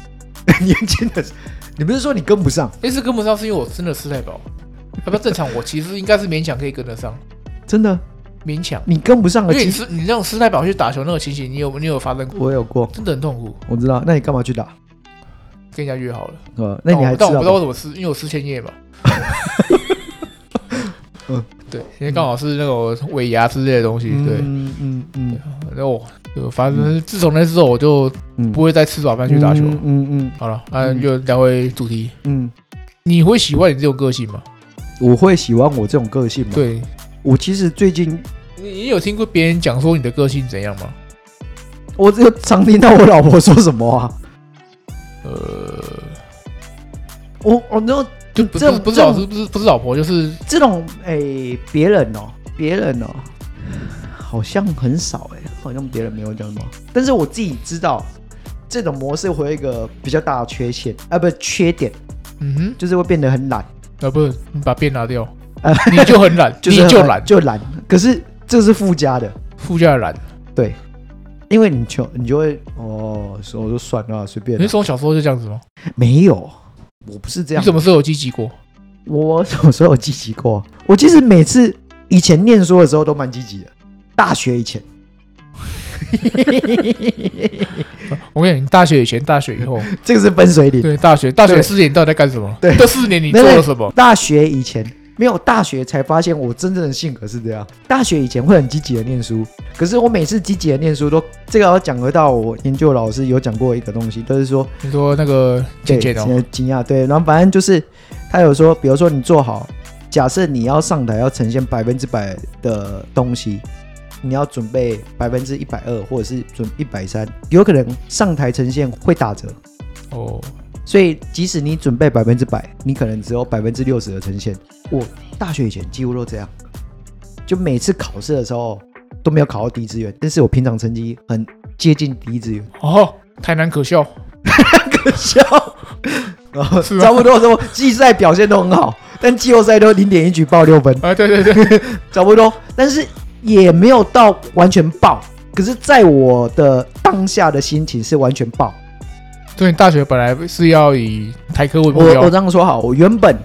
Speaker 1: 年轻的时候，你不是说你跟不上，
Speaker 2: 那次跟不上是因为我真的吃太饱，啊要不然正常我其实应该是勉强可以跟得上，
Speaker 1: 真的，
Speaker 2: 勉强，
Speaker 1: 你跟不上
Speaker 2: 因
Speaker 1: 的，
Speaker 2: 为
Speaker 1: 哦其
Speaker 2: 你
Speaker 1: 实
Speaker 2: 吃你那种吃太饱去打球那个情形，你有你有发生过，
Speaker 1: 我有过，
Speaker 2: 真的很痛苦，
Speaker 1: 我知道，那你干嘛去打？
Speaker 2: 跟人家约好了，
Speaker 1: 呃，那你还知
Speaker 2: 但我但我不知
Speaker 1: 道
Speaker 2: 道为什么吃，因为我吃千叶嘛。
Speaker 1: 嗯
Speaker 2: 对，因为刚好是那种尾牙之类的东西，对，
Speaker 1: 嗯嗯嗯
Speaker 2: 然后我就反正自从那之后，我就
Speaker 1: 嗯，
Speaker 2: 不会再吃早饭去打球。
Speaker 1: 嗯嗯
Speaker 2: 好了，那
Speaker 1: 嗯
Speaker 2: 就聊回主题。
Speaker 1: 嗯
Speaker 2: 你会喜欢你这种个性吗？
Speaker 1: 嗯，我会喜欢我这种个性吗？，
Speaker 2: 对，
Speaker 1: 我其实最近
Speaker 2: 你你有听过别人讲说你的个性怎样吗？
Speaker 1: 我只有常听到我老婆说什么啊，
Speaker 2: 呃，
Speaker 1: 我我那种
Speaker 2: 就不
Speaker 1: 哦嗯这
Speaker 2: 是
Speaker 1: 种
Speaker 2: 不是老师，不是不是老婆，就是
Speaker 1: 这种哎，别人哦，别人哦，好像很少哎，好像别人没有讲什么，但是我自己知道。这种模式会有一个比较大的缺陷，啊，不，缺点
Speaker 2: 嗯
Speaker 1: 就是会变得很懒，
Speaker 2: 哼，啊不是，你把便拿掉
Speaker 1: 呃，
Speaker 2: 你就很懒，
Speaker 1: 就是
Speaker 2: 你
Speaker 1: 很
Speaker 2: 就懒，
Speaker 1: 就懒。可是这是附加的，
Speaker 2: 附加的懒。
Speaker 1: 对，因为你就你就会哦，所以我就算了，随便
Speaker 2: 你
Speaker 1: 啦
Speaker 2: 是。从小时候就这样子吗？
Speaker 1: 没有，我不是这
Speaker 2: 你
Speaker 1: 样。
Speaker 2: 什么时候有积极过？
Speaker 1: 我什么时候有积极过？我其实每次以前念书的时候都蛮积极的，大学以前。
Speaker 2: 我跟你讲，你大学以前，大学以后，
Speaker 1: 这个是分水岭。
Speaker 2: 对，大学大学
Speaker 1: 对
Speaker 2: 四年你到底在干什么？
Speaker 1: 对
Speaker 2: 这四年你做
Speaker 1: 没有
Speaker 2: 了什么？
Speaker 1: 大学以前没有，大学才发现我真正的性格是这样。大学以前会很积极的念书，可是我每次积极的念书都这个要讲得到我研究老师有讲过一个东西，就是说
Speaker 2: 你说那个
Speaker 1: 对，呃
Speaker 2: 简简哦，
Speaker 1: 惊讶，对，然后反正就是他有说，比如说你做好，假设你要上台要呈现百分之百的东西，你要准备百分之一百二或者是准一百三，有可能上台呈现会打折，
Speaker 2: 哦，
Speaker 1: 所以即使你准备百分之百，你可能只有百分之六十的呈现。我大学以前几乎都这样，就每次考试的时候都没有考到第一志愿，但是我平常成绩很接近第一志愿，
Speaker 2: 哦，台南可笑，
Speaker 1: 可笑。然后
Speaker 2: 是吗
Speaker 1: 差不多说季赛表现都很好，但季后赛都零点一局爆六 分，
Speaker 2: 啊，对 对对，
Speaker 1: 差不多，但是也没有到完全爆。可是，在我的当下的心情是完全爆。
Speaker 2: 所以你大学本来是要以台科为目
Speaker 1: 我我
Speaker 2: 标
Speaker 1: 这，样说好，我原本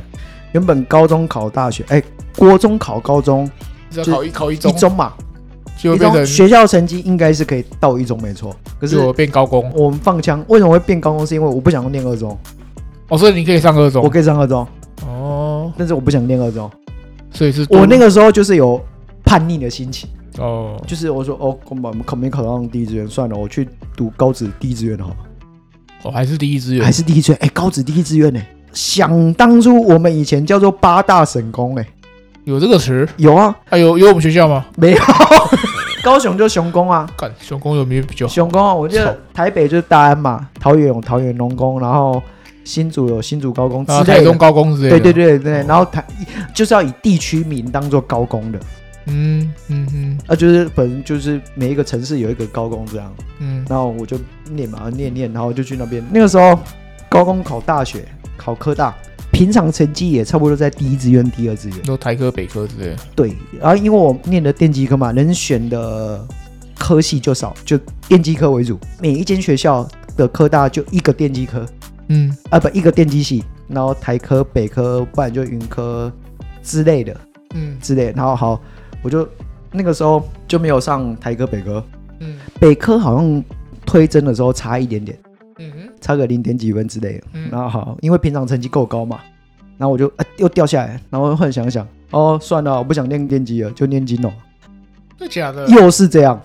Speaker 1: 原本高中考大学，哎、国中考高中，
Speaker 2: 只要考一考一
Speaker 1: 一
Speaker 2: 中，
Speaker 1: 中嘛，
Speaker 2: 就
Speaker 1: 一
Speaker 2: 变
Speaker 1: 中
Speaker 2: 成
Speaker 1: 学校成绩应该是可以到一中没错。可是
Speaker 2: 就变高工，
Speaker 1: 我们放枪，为什么会变高中？是因为我不想念二中，
Speaker 2: 哦，所以你可以上二
Speaker 1: 我
Speaker 2: 中，
Speaker 1: 可以上二中，
Speaker 2: 哦，
Speaker 1: 但是我不想念二中。
Speaker 2: 所以是
Speaker 1: 我那个时候就是有叛逆的心情，
Speaker 2: 哦，
Speaker 1: 就是我说哦，我们考没考上第一志愿，算了，我去读高职第一志愿好了。
Speaker 2: 我哦还是第一志愿
Speaker 1: 还，是第一志愿，哎、高职第一志愿呢、想当初我们以前叫做八大神功、哎，
Speaker 2: 有这个词，
Speaker 1: 有啊，
Speaker 2: 啊，有有我们学校吗？
Speaker 1: 没有？ 高雄就雄工啊，
Speaker 2: 干，雄工有没有比较好？
Speaker 1: 雄工啊，我记得台北就是大安嘛，桃园有桃园农工，然后新竹有新竹高工之
Speaker 2: 啊，台
Speaker 1: 类
Speaker 2: 中
Speaker 1: 的。
Speaker 2: 高工之类
Speaker 1: 对
Speaker 2: 的，
Speaker 1: 对对对，然后台就是要以地区名当做高工的，
Speaker 2: 嗯嗯嗯
Speaker 1: 啊，就是本正就是每一个城市有一个高工这样，
Speaker 2: 嗯，
Speaker 1: 然后我就念嘛念念，然后就去那边。那个时候高工考大学，考科大，平常成绩也差不多在第一志愿、第二志愿。
Speaker 2: 都台科、北科之类的，
Speaker 1: 对，然后因为我念的电机科嘛，能选的科系就少，就电机科为主。每一间学校的科大就一个电机科，
Speaker 2: 嗯，
Speaker 1: 啊不，一个电机系，然后台科、北科，不然就云科之类的
Speaker 2: 嗯
Speaker 1: 之类的。然后好，我就呃那个时候就没有上台科、北科，
Speaker 2: 嗯
Speaker 1: 北科好像推甄的时候差一点点，
Speaker 2: 嗯
Speaker 1: 差个零点几分之类的。
Speaker 2: 嗯
Speaker 1: 然后好，因为平常成绩够高嘛，然后我就、啊又掉下来，然后后来想想，哦算了，我不想念电机了，就念金融。
Speaker 2: 真的假的？
Speaker 1: 又是这样。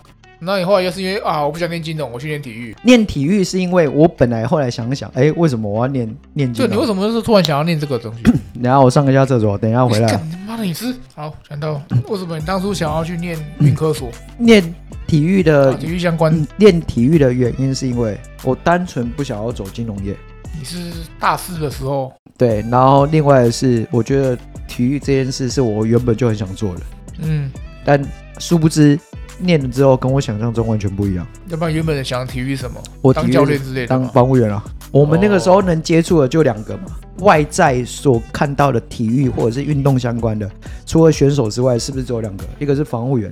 Speaker 2: 那你后来又是因为啊，我不想念金融，我去念体育。
Speaker 1: 念体育是因为我本来后来想想，哎，为什么我要念念
Speaker 2: 就
Speaker 1: 经？啊
Speaker 2: 你为什么是突然想要念这个东西？
Speaker 1: 然后我上一下厕所，等一下回
Speaker 2: 你
Speaker 1: 来
Speaker 2: 干你妈的，你是好讲到为什么你当初想要去念运科所、
Speaker 1: 念体育
Speaker 2: 啊
Speaker 1: 的
Speaker 2: 体育相关？
Speaker 1: 嗯念体育的原因是因为我单纯不想要走金融业。
Speaker 2: 你是大四的时候，
Speaker 1: 对，然后另外是我觉得体育这件事是我原本就很想做的，
Speaker 2: 嗯，
Speaker 1: 但殊不知念了之后跟我想象中完全不一样。
Speaker 2: 要不然原本想体育什么，
Speaker 1: 我体
Speaker 2: 当
Speaker 1: 育
Speaker 2: 教练之类的
Speaker 1: 当
Speaker 2: 嘛。
Speaker 1: 防务员啊。我们那个时候能接触的就两个嘛，外在所看到的体育或者是运动相关的，除了选手之外，是不是只有两个？一个是防务员，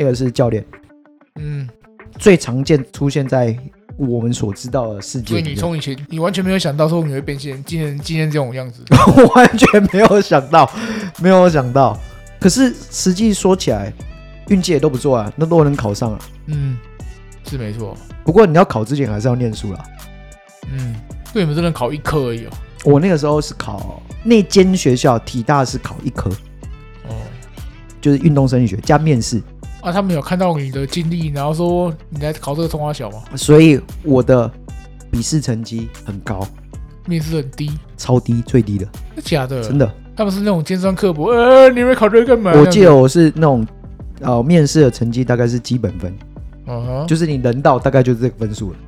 Speaker 1: 一个是教练，
Speaker 2: 嗯，
Speaker 1: 最常见出现在我们所知道的世
Speaker 2: 所
Speaker 1: 界
Speaker 2: 以
Speaker 1: 里
Speaker 2: 你
Speaker 1: 面。
Speaker 2: 从以前你完全没有想到说你会变现今天今天这 种样子。
Speaker 1: 我完全没有想到，没有想到。可是实际说起来，运气也都不错啊，那都能考上啊。
Speaker 2: 嗯，是没错。
Speaker 1: 不过你要考之前还是要念书啦。
Speaker 2: 嗯，对你们真的考一科而已哦。
Speaker 1: 我那个时候是考那间学校体大是考一科，
Speaker 2: 哦，
Speaker 1: 就是运动生理学加面试，
Speaker 2: 啊，他们有看到你的经历，然后说你来考这个中华小吗？
Speaker 1: 所以我的笔试成绩很高，
Speaker 2: 面试很低，
Speaker 1: 超低，最低的，
Speaker 2: 是假的？
Speaker 1: 真的。
Speaker 2: 他们是那种尖酸刻薄，呃，你们考这个干嘛？
Speaker 1: 我记得我是那种，呃，面试的成绩大概是基本分，
Speaker 2: 这样子，嗯哼
Speaker 1: 就是你人到大概就是这个分数了。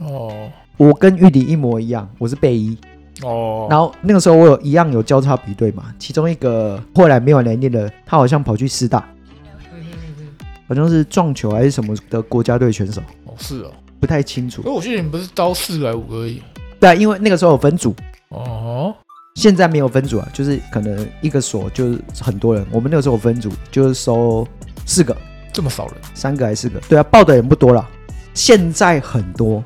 Speaker 2: 哦
Speaker 1: 我跟玉迪一模一样，我是背一，
Speaker 2: 哦，
Speaker 1: 然后那个时候我有一样有交叉比对嘛，其中一个后来没有来念的，他好像跑去师大，
Speaker 2: 嗯嗯嗯
Speaker 1: 好像是撞球还是什么的国家队选手，
Speaker 2: 哦是哦，
Speaker 1: 不太清楚
Speaker 2: 可。我记得你们不是招四来五而已，
Speaker 1: 对，啊因为那个时候有分组，
Speaker 2: 哦
Speaker 1: 现在没有分组啊，就是可能一个所就是很多人，我们那个时候有分组就是收四个，
Speaker 2: 这么少人，
Speaker 1: 三个还是四个？对啊，报的人不多啦。现在很多，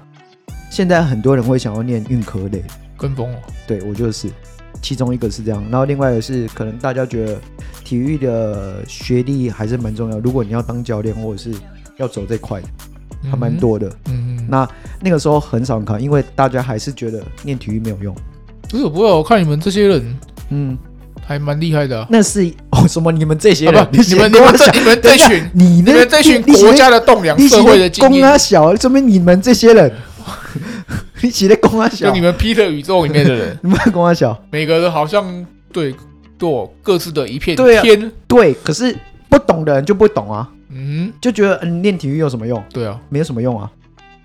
Speaker 1: 现在很多人会想要念运科类，
Speaker 2: 跟风哦，
Speaker 1: 对我就是其中一个是这样，然后另外一个是可能大家觉得体育的学历还是蛮重要，如果你要当教练或者是要走这块的，
Speaker 2: 嗯
Speaker 1: 还蛮，多的。
Speaker 2: 嗯嗯，
Speaker 1: 那那个时候很少考，因为大家还是觉得念体育没有用。
Speaker 2: 不是不过我看你们这些人
Speaker 1: 嗯，
Speaker 2: 还蛮厉害的啊，
Speaker 1: 那是 哦什么？你们这些人，
Speaker 2: 啊不，你们
Speaker 1: 先
Speaker 2: 你
Speaker 1: 跟我
Speaker 2: 们这
Speaker 1: 讲
Speaker 2: 你们
Speaker 1: 等
Speaker 2: 这
Speaker 1: 一下
Speaker 2: 群
Speaker 1: 你
Speaker 2: 你
Speaker 1: 那
Speaker 2: 们这群
Speaker 1: 你你
Speaker 2: 国家的栋梁，
Speaker 1: 你
Speaker 2: 社会的精
Speaker 1: 公啊
Speaker 2: 英，
Speaker 1: 啊小，说明你们这些人，一起在公安
Speaker 2: 就
Speaker 1: 小，
Speaker 2: 你
Speaker 1: 你
Speaker 2: 们 Peter 宇宙里面的人，
Speaker 1: 们在公安小，
Speaker 2: 每个人好像对对我各自的一片
Speaker 1: 对啊
Speaker 2: 天。
Speaker 1: 对，可是不懂的人就不懂啊，
Speaker 2: 嗯，
Speaker 1: 就觉得嗯练体育有什么用？
Speaker 2: 对啊，
Speaker 1: 没有什么用啊，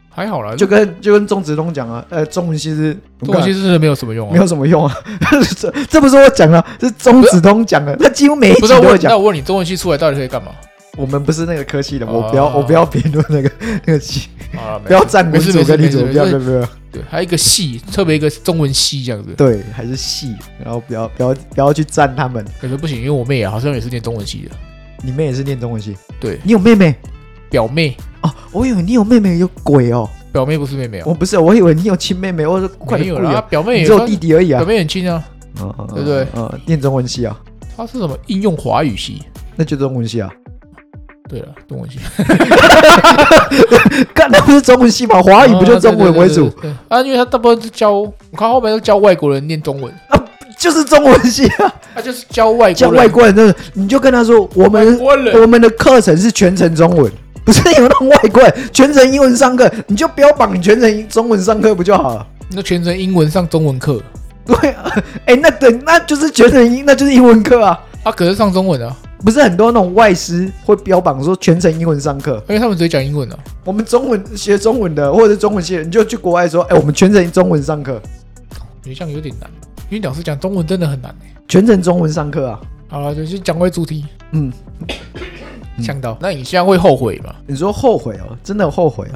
Speaker 2: 还好啦，
Speaker 1: 就跟就跟钟子通讲啊，呃，中文系是
Speaker 2: 这东西是没有什么用
Speaker 1: 没
Speaker 2: 啊。
Speaker 1: 有什么用啊， 这这不是我讲的，是钟子通讲的，他几乎每一集
Speaker 2: 不是
Speaker 1: 都
Speaker 2: 我
Speaker 1: 会，
Speaker 2: 那
Speaker 1: 讲。
Speaker 2: 我问你，中文系出来到底可以 干嘛？
Speaker 1: 我们不是那个科系的，
Speaker 2: 哦
Speaker 1: 我不要我不要评论那个那个系，
Speaker 2: 啊，没
Speaker 1: 不要站
Speaker 2: 没
Speaker 1: 文
Speaker 2: 事
Speaker 1: 组
Speaker 2: 没事
Speaker 1: 跟理
Speaker 2: 没事
Speaker 1: 组，
Speaker 2: 没
Speaker 1: 不
Speaker 2: 事
Speaker 1: 要不要不要，
Speaker 2: 对，还有一个系，特别一个中文系这样子，
Speaker 1: 对，还是系，然后不要不要不要去站他们。
Speaker 2: 可是不行，因为我妹啊也好像也是念中文系的，
Speaker 1: 你妹也是念中文系，
Speaker 2: 对，
Speaker 1: 你有妹妹
Speaker 2: 表妹，
Speaker 1: 哦？我以为你有妹妹有鬼哦，
Speaker 2: 表妹不是妹妹哦，
Speaker 1: 我不是，我以为你有亲妹妹，我说快
Speaker 2: 没
Speaker 1: 点
Speaker 2: 有
Speaker 1: 跪
Speaker 2: 啦，
Speaker 1: 啊，
Speaker 2: 表妹
Speaker 1: 你
Speaker 2: 也
Speaker 1: 只有
Speaker 2: 算
Speaker 1: 弟弟而已啊
Speaker 2: 表，妹很亲啊，
Speaker 1: 嗯嗯，嗯
Speaker 2: 对不对？
Speaker 1: 嗯，念中文系啊，
Speaker 2: 她是什么应用华语系？
Speaker 1: 那就中文系啊，
Speaker 2: 对了，中文系，
Speaker 1: 干那不是中文系吗？华啊语不就中文为主
Speaker 2: 啊对对对对对啊？因为她大部分是教，我看后面都教外国人念中文，
Speaker 1: 啊？就是中文系啊，
Speaker 2: 她就是教外
Speaker 1: 叫
Speaker 2: 国
Speaker 1: 外
Speaker 2: 人，
Speaker 1: 国人真的，你就跟他说，我
Speaker 2: 外
Speaker 1: 们
Speaker 2: 国人
Speaker 1: 我们的课程是全程中文，不是有那种外国人全程英文上课，你就标榜你全程中文上课不就好了？
Speaker 2: 那全程英文上中文课，
Speaker 1: 对啊，哎、那对，那就是全程英，那就是英文课啊。
Speaker 2: 啊，可是上中文啊，
Speaker 1: 不是很多那种外师会标榜说全程英文上课，
Speaker 2: 因为他们只会讲英文啊，
Speaker 1: 我们中文学中文的或者是中文系的，你就去国外说，哎、我们全程中文上课，
Speaker 2: 你这样有点难，因为老师讲中文真的很难欸
Speaker 1: 全程中文上课啊。
Speaker 2: 好了，就是讲回主题，
Speaker 1: 嗯，嗯
Speaker 2: 呛到，那你现在会后悔吗？
Speaker 1: 你说后悔哦，真的有后悔哦。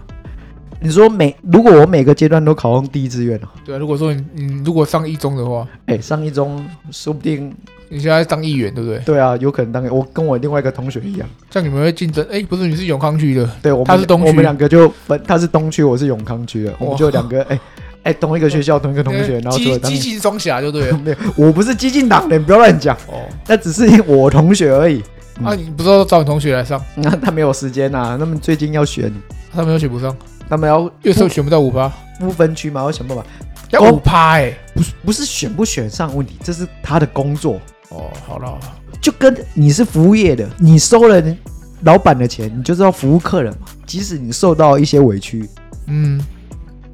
Speaker 1: 你说每如果我每个阶段都考上第一志愿哦，
Speaker 2: 对啊，如果说你你如果上一中的话，
Speaker 1: 哎、上一中说不定
Speaker 2: 你现在当议员对不对？
Speaker 1: 对啊，有可能当我跟我另外一个同学一样，
Speaker 2: 这样你们会竞争？哎，不是，你是永康区的，
Speaker 1: 对我们
Speaker 2: 他是东区
Speaker 1: 我们两个就分，他是东区，我是永康区的，我们
Speaker 2: 哇
Speaker 1: 就两个哎哎同一个学校同一个同学，然后就
Speaker 2: 呃激
Speaker 1: 会当
Speaker 2: 激进双侠就 对了。
Speaker 1: 没有，我不是激进党的，你不要乱讲，
Speaker 2: 哦，
Speaker 1: 那只是我同学而已。嗯
Speaker 2: 啊，你不知道找你同学来上，
Speaker 1: 那他没有时间啊，他们最近要选，
Speaker 2: 他们又选不上，
Speaker 1: 他们要
Speaker 2: 月收选不到五趴，
Speaker 1: 不分区嘛，要想办法。
Speaker 2: 要
Speaker 1: 哦
Speaker 2: 五趴哎。
Speaker 1: 不是不是选不选上问题，这是他的工作，
Speaker 2: 哦，好了好了，
Speaker 1: 就跟你是服务业的，你收了人老板的钱，你就是要服务客人嘛。即使你受到一些委屈，
Speaker 2: 嗯，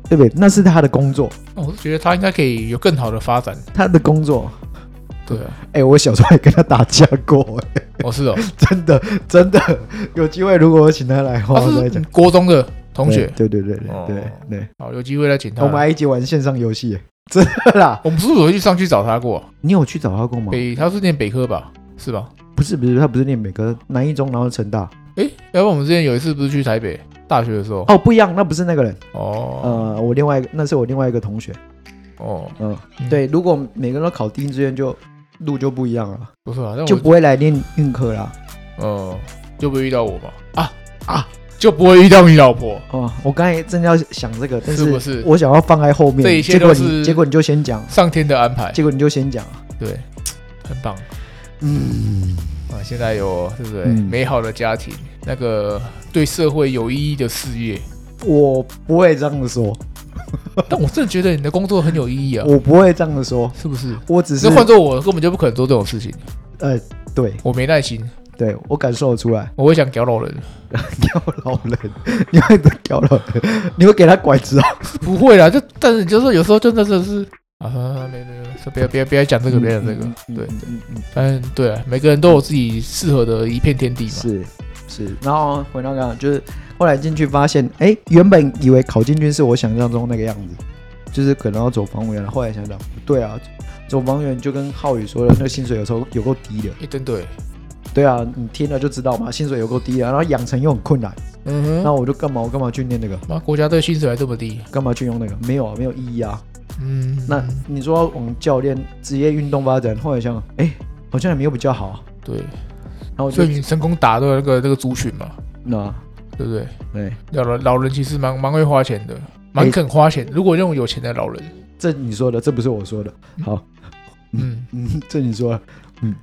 Speaker 1: 对不对？那是他的工作，
Speaker 2: 那我是觉得他应该可以有更好的发展。
Speaker 1: 他的工作。
Speaker 2: 对啊，
Speaker 1: 哎、我小时候也跟他打架过、 哎
Speaker 2: 我 是哦，
Speaker 1: 真的真的有机会，如果我请他来的话，
Speaker 2: 他
Speaker 1: 我再
Speaker 2: 啊是
Speaker 1: 讲。
Speaker 2: 国中的同学，
Speaker 1: 对，对对对对
Speaker 2: 哦
Speaker 1: 对对，
Speaker 2: 好，有机会来请他
Speaker 1: 我。们还一起玩线上游戏、哎真的啦。
Speaker 2: 我们是不是有去上去找他过啊？
Speaker 1: 你有去找他过吗？
Speaker 2: 北，他是念北科吧？是吧？
Speaker 1: 不是不是，他不是念美科，南一中，然后成大。
Speaker 2: 诶，要不然我们之前有一次不是去台北大学的时候？
Speaker 1: 哦，不一样，那不是那个人。
Speaker 2: 哦
Speaker 1: 呃，我另外一个，那是我另外一个同学。
Speaker 2: 哦，
Speaker 1: 嗯，
Speaker 2: 嗯
Speaker 1: 对，如果每个人都考第一志愿，就路就不一样了，
Speaker 2: 不是啊，那
Speaker 1: 就
Speaker 2: 我
Speaker 1: 不会来念运科啦。
Speaker 2: 呃就不会遇到我吧？啊啊，就不会遇到你老婆。
Speaker 1: 哦，我刚才正要想这个，但
Speaker 2: 是不是
Speaker 1: 我想要放在后面，
Speaker 2: 这一切
Speaker 1: 结果
Speaker 2: 都
Speaker 1: 你
Speaker 2: 是
Speaker 1: 结果你就先讲，
Speaker 2: 上天的安排，
Speaker 1: 结果你就先讲。
Speaker 2: 对，很棒
Speaker 1: 嗯，
Speaker 2: 啊！现在有对不对？
Speaker 1: 嗯
Speaker 2: 美好的家庭，那个对社会有意义的事业，
Speaker 1: 我不会这样子说，
Speaker 2: 但我真的觉得你的工作很有意义啊，
Speaker 1: 我不会这样子说，
Speaker 2: 是不是？
Speaker 1: 我只是
Speaker 2: 那换做我，根本就不可能做这种事情，
Speaker 1: 呃，对
Speaker 2: 我没耐心，
Speaker 1: 对，我感受得出来。
Speaker 2: 我会想屌老人，
Speaker 1: 屌老人，你会屌老人，你会给他拐子啊？
Speaker 2: 不会啦，就但是就是有时候真的是是啊，没没没，不要不要不要讲这个，不要讲这个，对，
Speaker 1: 嗯嗯嗯
Speaker 2: 反正对啊，每个人都有自己适合的一片天地嘛。
Speaker 1: 是是。然后回到刚刚，就是后来进去发现，哎，原本以为考进军是我想象中那个样子，就是可能要走防务员了。后来想想，不对啊，走防务员就跟浩宇说的，那个薪水有时候有够低的。
Speaker 2: 一真对，
Speaker 1: 对啊，你听了就知道嘛，薪水有够低的，然后养成又很困难。
Speaker 2: 嗯
Speaker 1: 那
Speaker 2: 哼，
Speaker 1: 我就干嘛？我干嘛去念那个？
Speaker 2: 妈，国家队薪水还这么低，
Speaker 1: 干嘛去用那个？没有啊，没有意义啊。
Speaker 2: 嗯，
Speaker 1: 那你说要往教练职业运动发展，后来想，哎、好像也没有比较好、啊。
Speaker 2: 对，
Speaker 1: 然后我就
Speaker 2: 所以你成功打到那个那个族群嘛，
Speaker 1: 那哎
Speaker 2: 对不对？
Speaker 1: 对，
Speaker 2: 老人老人其实蛮蛮会花钱的，蛮肯花钱。如果那种有钱的老人，
Speaker 1: 这你说的，这不是我说的。好，
Speaker 2: 嗯，
Speaker 1: 嗯，这你说的，嗯，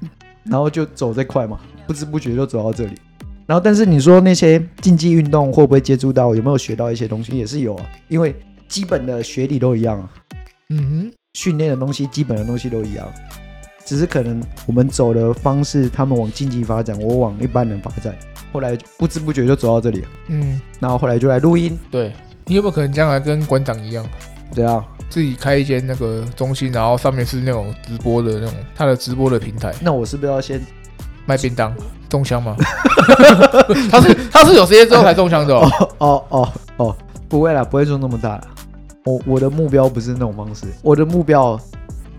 Speaker 1: 然后就走这块嘛，不知不觉就走到这里。然后，但是你说那些竞技运动会不会接触到，有没有学到一些东西？也是有啊，因为基本的学理都一样啊，
Speaker 2: 嗯
Speaker 1: 训练的东西、基本的东西都一样，只是可能我们走的方式，他们往竞技发展，我往一般人发展，后来不知不觉就走到这里了。
Speaker 2: 哼，嗯，
Speaker 1: 然后后来就来录音，
Speaker 2: 对。你有没有可能将来跟馆长一样，
Speaker 1: 对啊，
Speaker 2: 自己开一间那个中心，然后上面是那种直播的那种，他的直播的平台
Speaker 1: 那我是不是要先
Speaker 2: 卖便当中枪吗？他是他是有时间之后才中枪的、哦，
Speaker 1: 哦哦哦哦，不会啦，不会做那么大啦。我我的目标不是那种方式，我的目标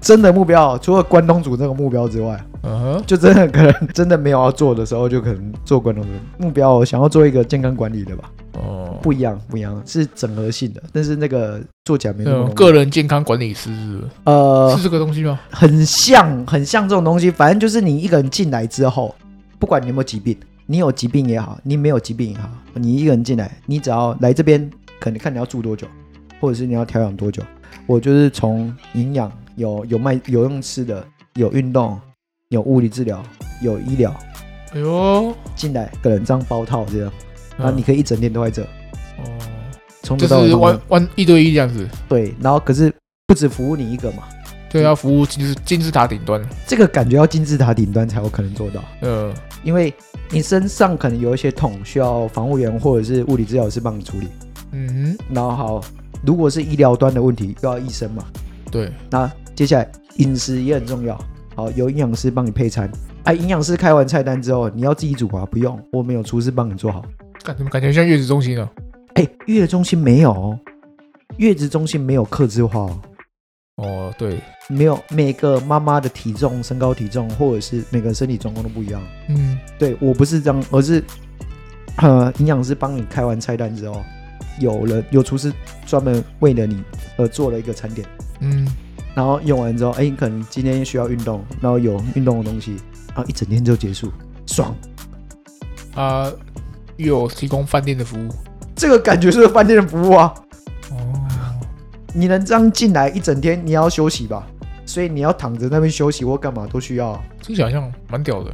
Speaker 1: 真的目标，除了关东煮这个目标之外，
Speaker 2: 嗯哼，
Speaker 1: 就真的可能 真的没有要做的时候，就可能做关东煮。目标我想要做一个健康管理的吧，
Speaker 2: 哦，
Speaker 1: 不一样不一样，是整合性的，但是那个做起来没那
Speaker 2: 那
Speaker 1: 么
Speaker 2: 种
Speaker 1: 容易
Speaker 2: 个人健康管理师是不是
Speaker 1: 呃
Speaker 2: 是这个东西吗？
Speaker 1: 很像很像这种东西，反正就是你一个人进来之后，不管你有没有疾病，你有疾病也好，你没有疾病也好，你一个人进来，你只要来这边，可能看你要住多久，或者是你要调养多久。我就是从营养有有卖有用吃的，有运动，有物理治疗，有医疗
Speaker 2: 哎呦，
Speaker 1: 进来，个人这样包套这样，然后
Speaker 2: 嗯
Speaker 1: 你可以一整天都在这，
Speaker 2: 哦，
Speaker 1: 从
Speaker 2: 就
Speaker 1: 头到尾
Speaker 2: 是
Speaker 1: 都在
Speaker 2: 弯弯一对一这样子，
Speaker 1: 对，然后可是不止服务你一个嘛，
Speaker 2: 对，要服务金字金字塔顶端，
Speaker 1: 这个感觉要金字塔顶端才有可能做到。
Speaker 2: 呃，
Speaker 1: 因为你身上可能有一些痛，需要防护员或者是物理治疗师帮你处理。
Speaker 2: 嗯
Speaker 1: 然后好，如果是医疗端的问题，又要医生嘛。
Speaker 2: 哼，对，
Speaker 1: 那接下来饮食也很重要，好，有营养师帮你配餐。哎、营养师开完菜单之后，你要自己煮啊？不用，我们有厨师帮你做好。
Speaker 2: 感怎么感觉像月子中心啊？
Speaker 1: 哎、月子中心没有哦，月子中心没有客制化哦，
Speaker 2: 哦，对，
Speaker 1: 没有每个妈妈的体重、身高、体重，或者是每个身体状况都不一样。
Speaker 2: 嗯，
Speaker 1: 对我不是这样，而是呃，营养师帮你开完菜单之后，有人有厨师专门为了你而做了一个餐点，
Speaker 2: 嗯，
Speaker 1: 然后用完之后，哎、你可能今天需要运动，然后有运动的东西，然后一整天就结束，爽！
Speaker 2: 啊，又有提供饭店的服务，
Speaker 1: 这个感觉是饭店的服务啊！
Speaker 2: 哦，
Speaker 1: 你能这样进来一整天，你要休息吧？所以你要躺着那边休息或干嘛都需要、啊。
Speaker 2: 这个好像蛮屌的。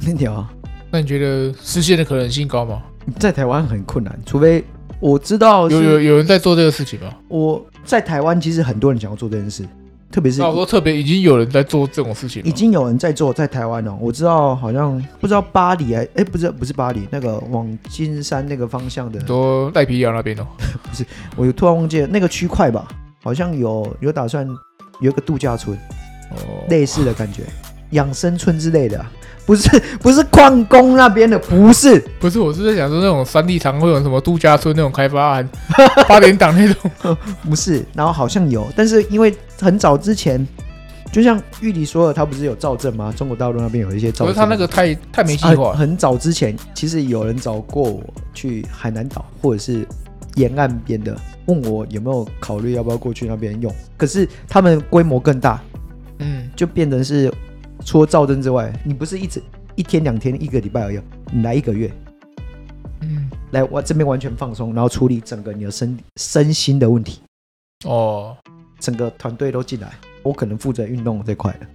Speaker 1: 那你啊，
Speaker 2: 那你觉得实现的可能性高吗？
Speaker 1: 在台湾很困难，除非我知道
Speaker 2: 有
Speaker 1: 是
Speaker 2: 有有人在做这个事情吗？
Speaker 1: 我在台湾，其实很多人想要做这件事，特别是
Speaker 2: 啊那我说特别已经有人在做这种事情了，
Speaker 1: 已经有人在做，在台湾哦，我知道好像不知道巴黎哎，哎不是不是巴黎，那个往金山那个方向的
Speaker 2: 很，多赖皮羊那边哦。
Speaker 1: 我突然忘记了那个区块吧，好像有有打算有一个度假村，
Speaker 2: 哦，
Speaker 1: 类似的感觉，养生村之类的啊，不是 不是矿工那边的，不是，
Speaker 2: 不是，我是在想说那种三 D 堂会有什么度假村那种开发案， 八点档那种。
Speaker 1: 不是，然后好像有，但是因为很早之前，就像玉里说的，他不是有造镇吗？中国大陆那边有一些造
Speaker 2: 可
Speaker 1: 镇，
Speaker 2: 是他那个太太没计
Speaker 1: 很
Speaker 2: 划，
Speaker 1: 呃很早之前，其实有人找过我去海南岛或者是沿岸边的，问我有没有考虑要不要过去那边用。可是他们规模更大，
Speaker 2: 嗯，
Speaker 1: 就变成是除了赵真之外，你不是一直一天两天一个礼拜而已，你来一个月，
Speaker 2: 嗯，
Speaker 1: 来我这边完全放松，然后处理整个你的身身心的问题，
Speaker 2: 哦
Speaker 1: 整个团队都进来，我可能负责运动这块的。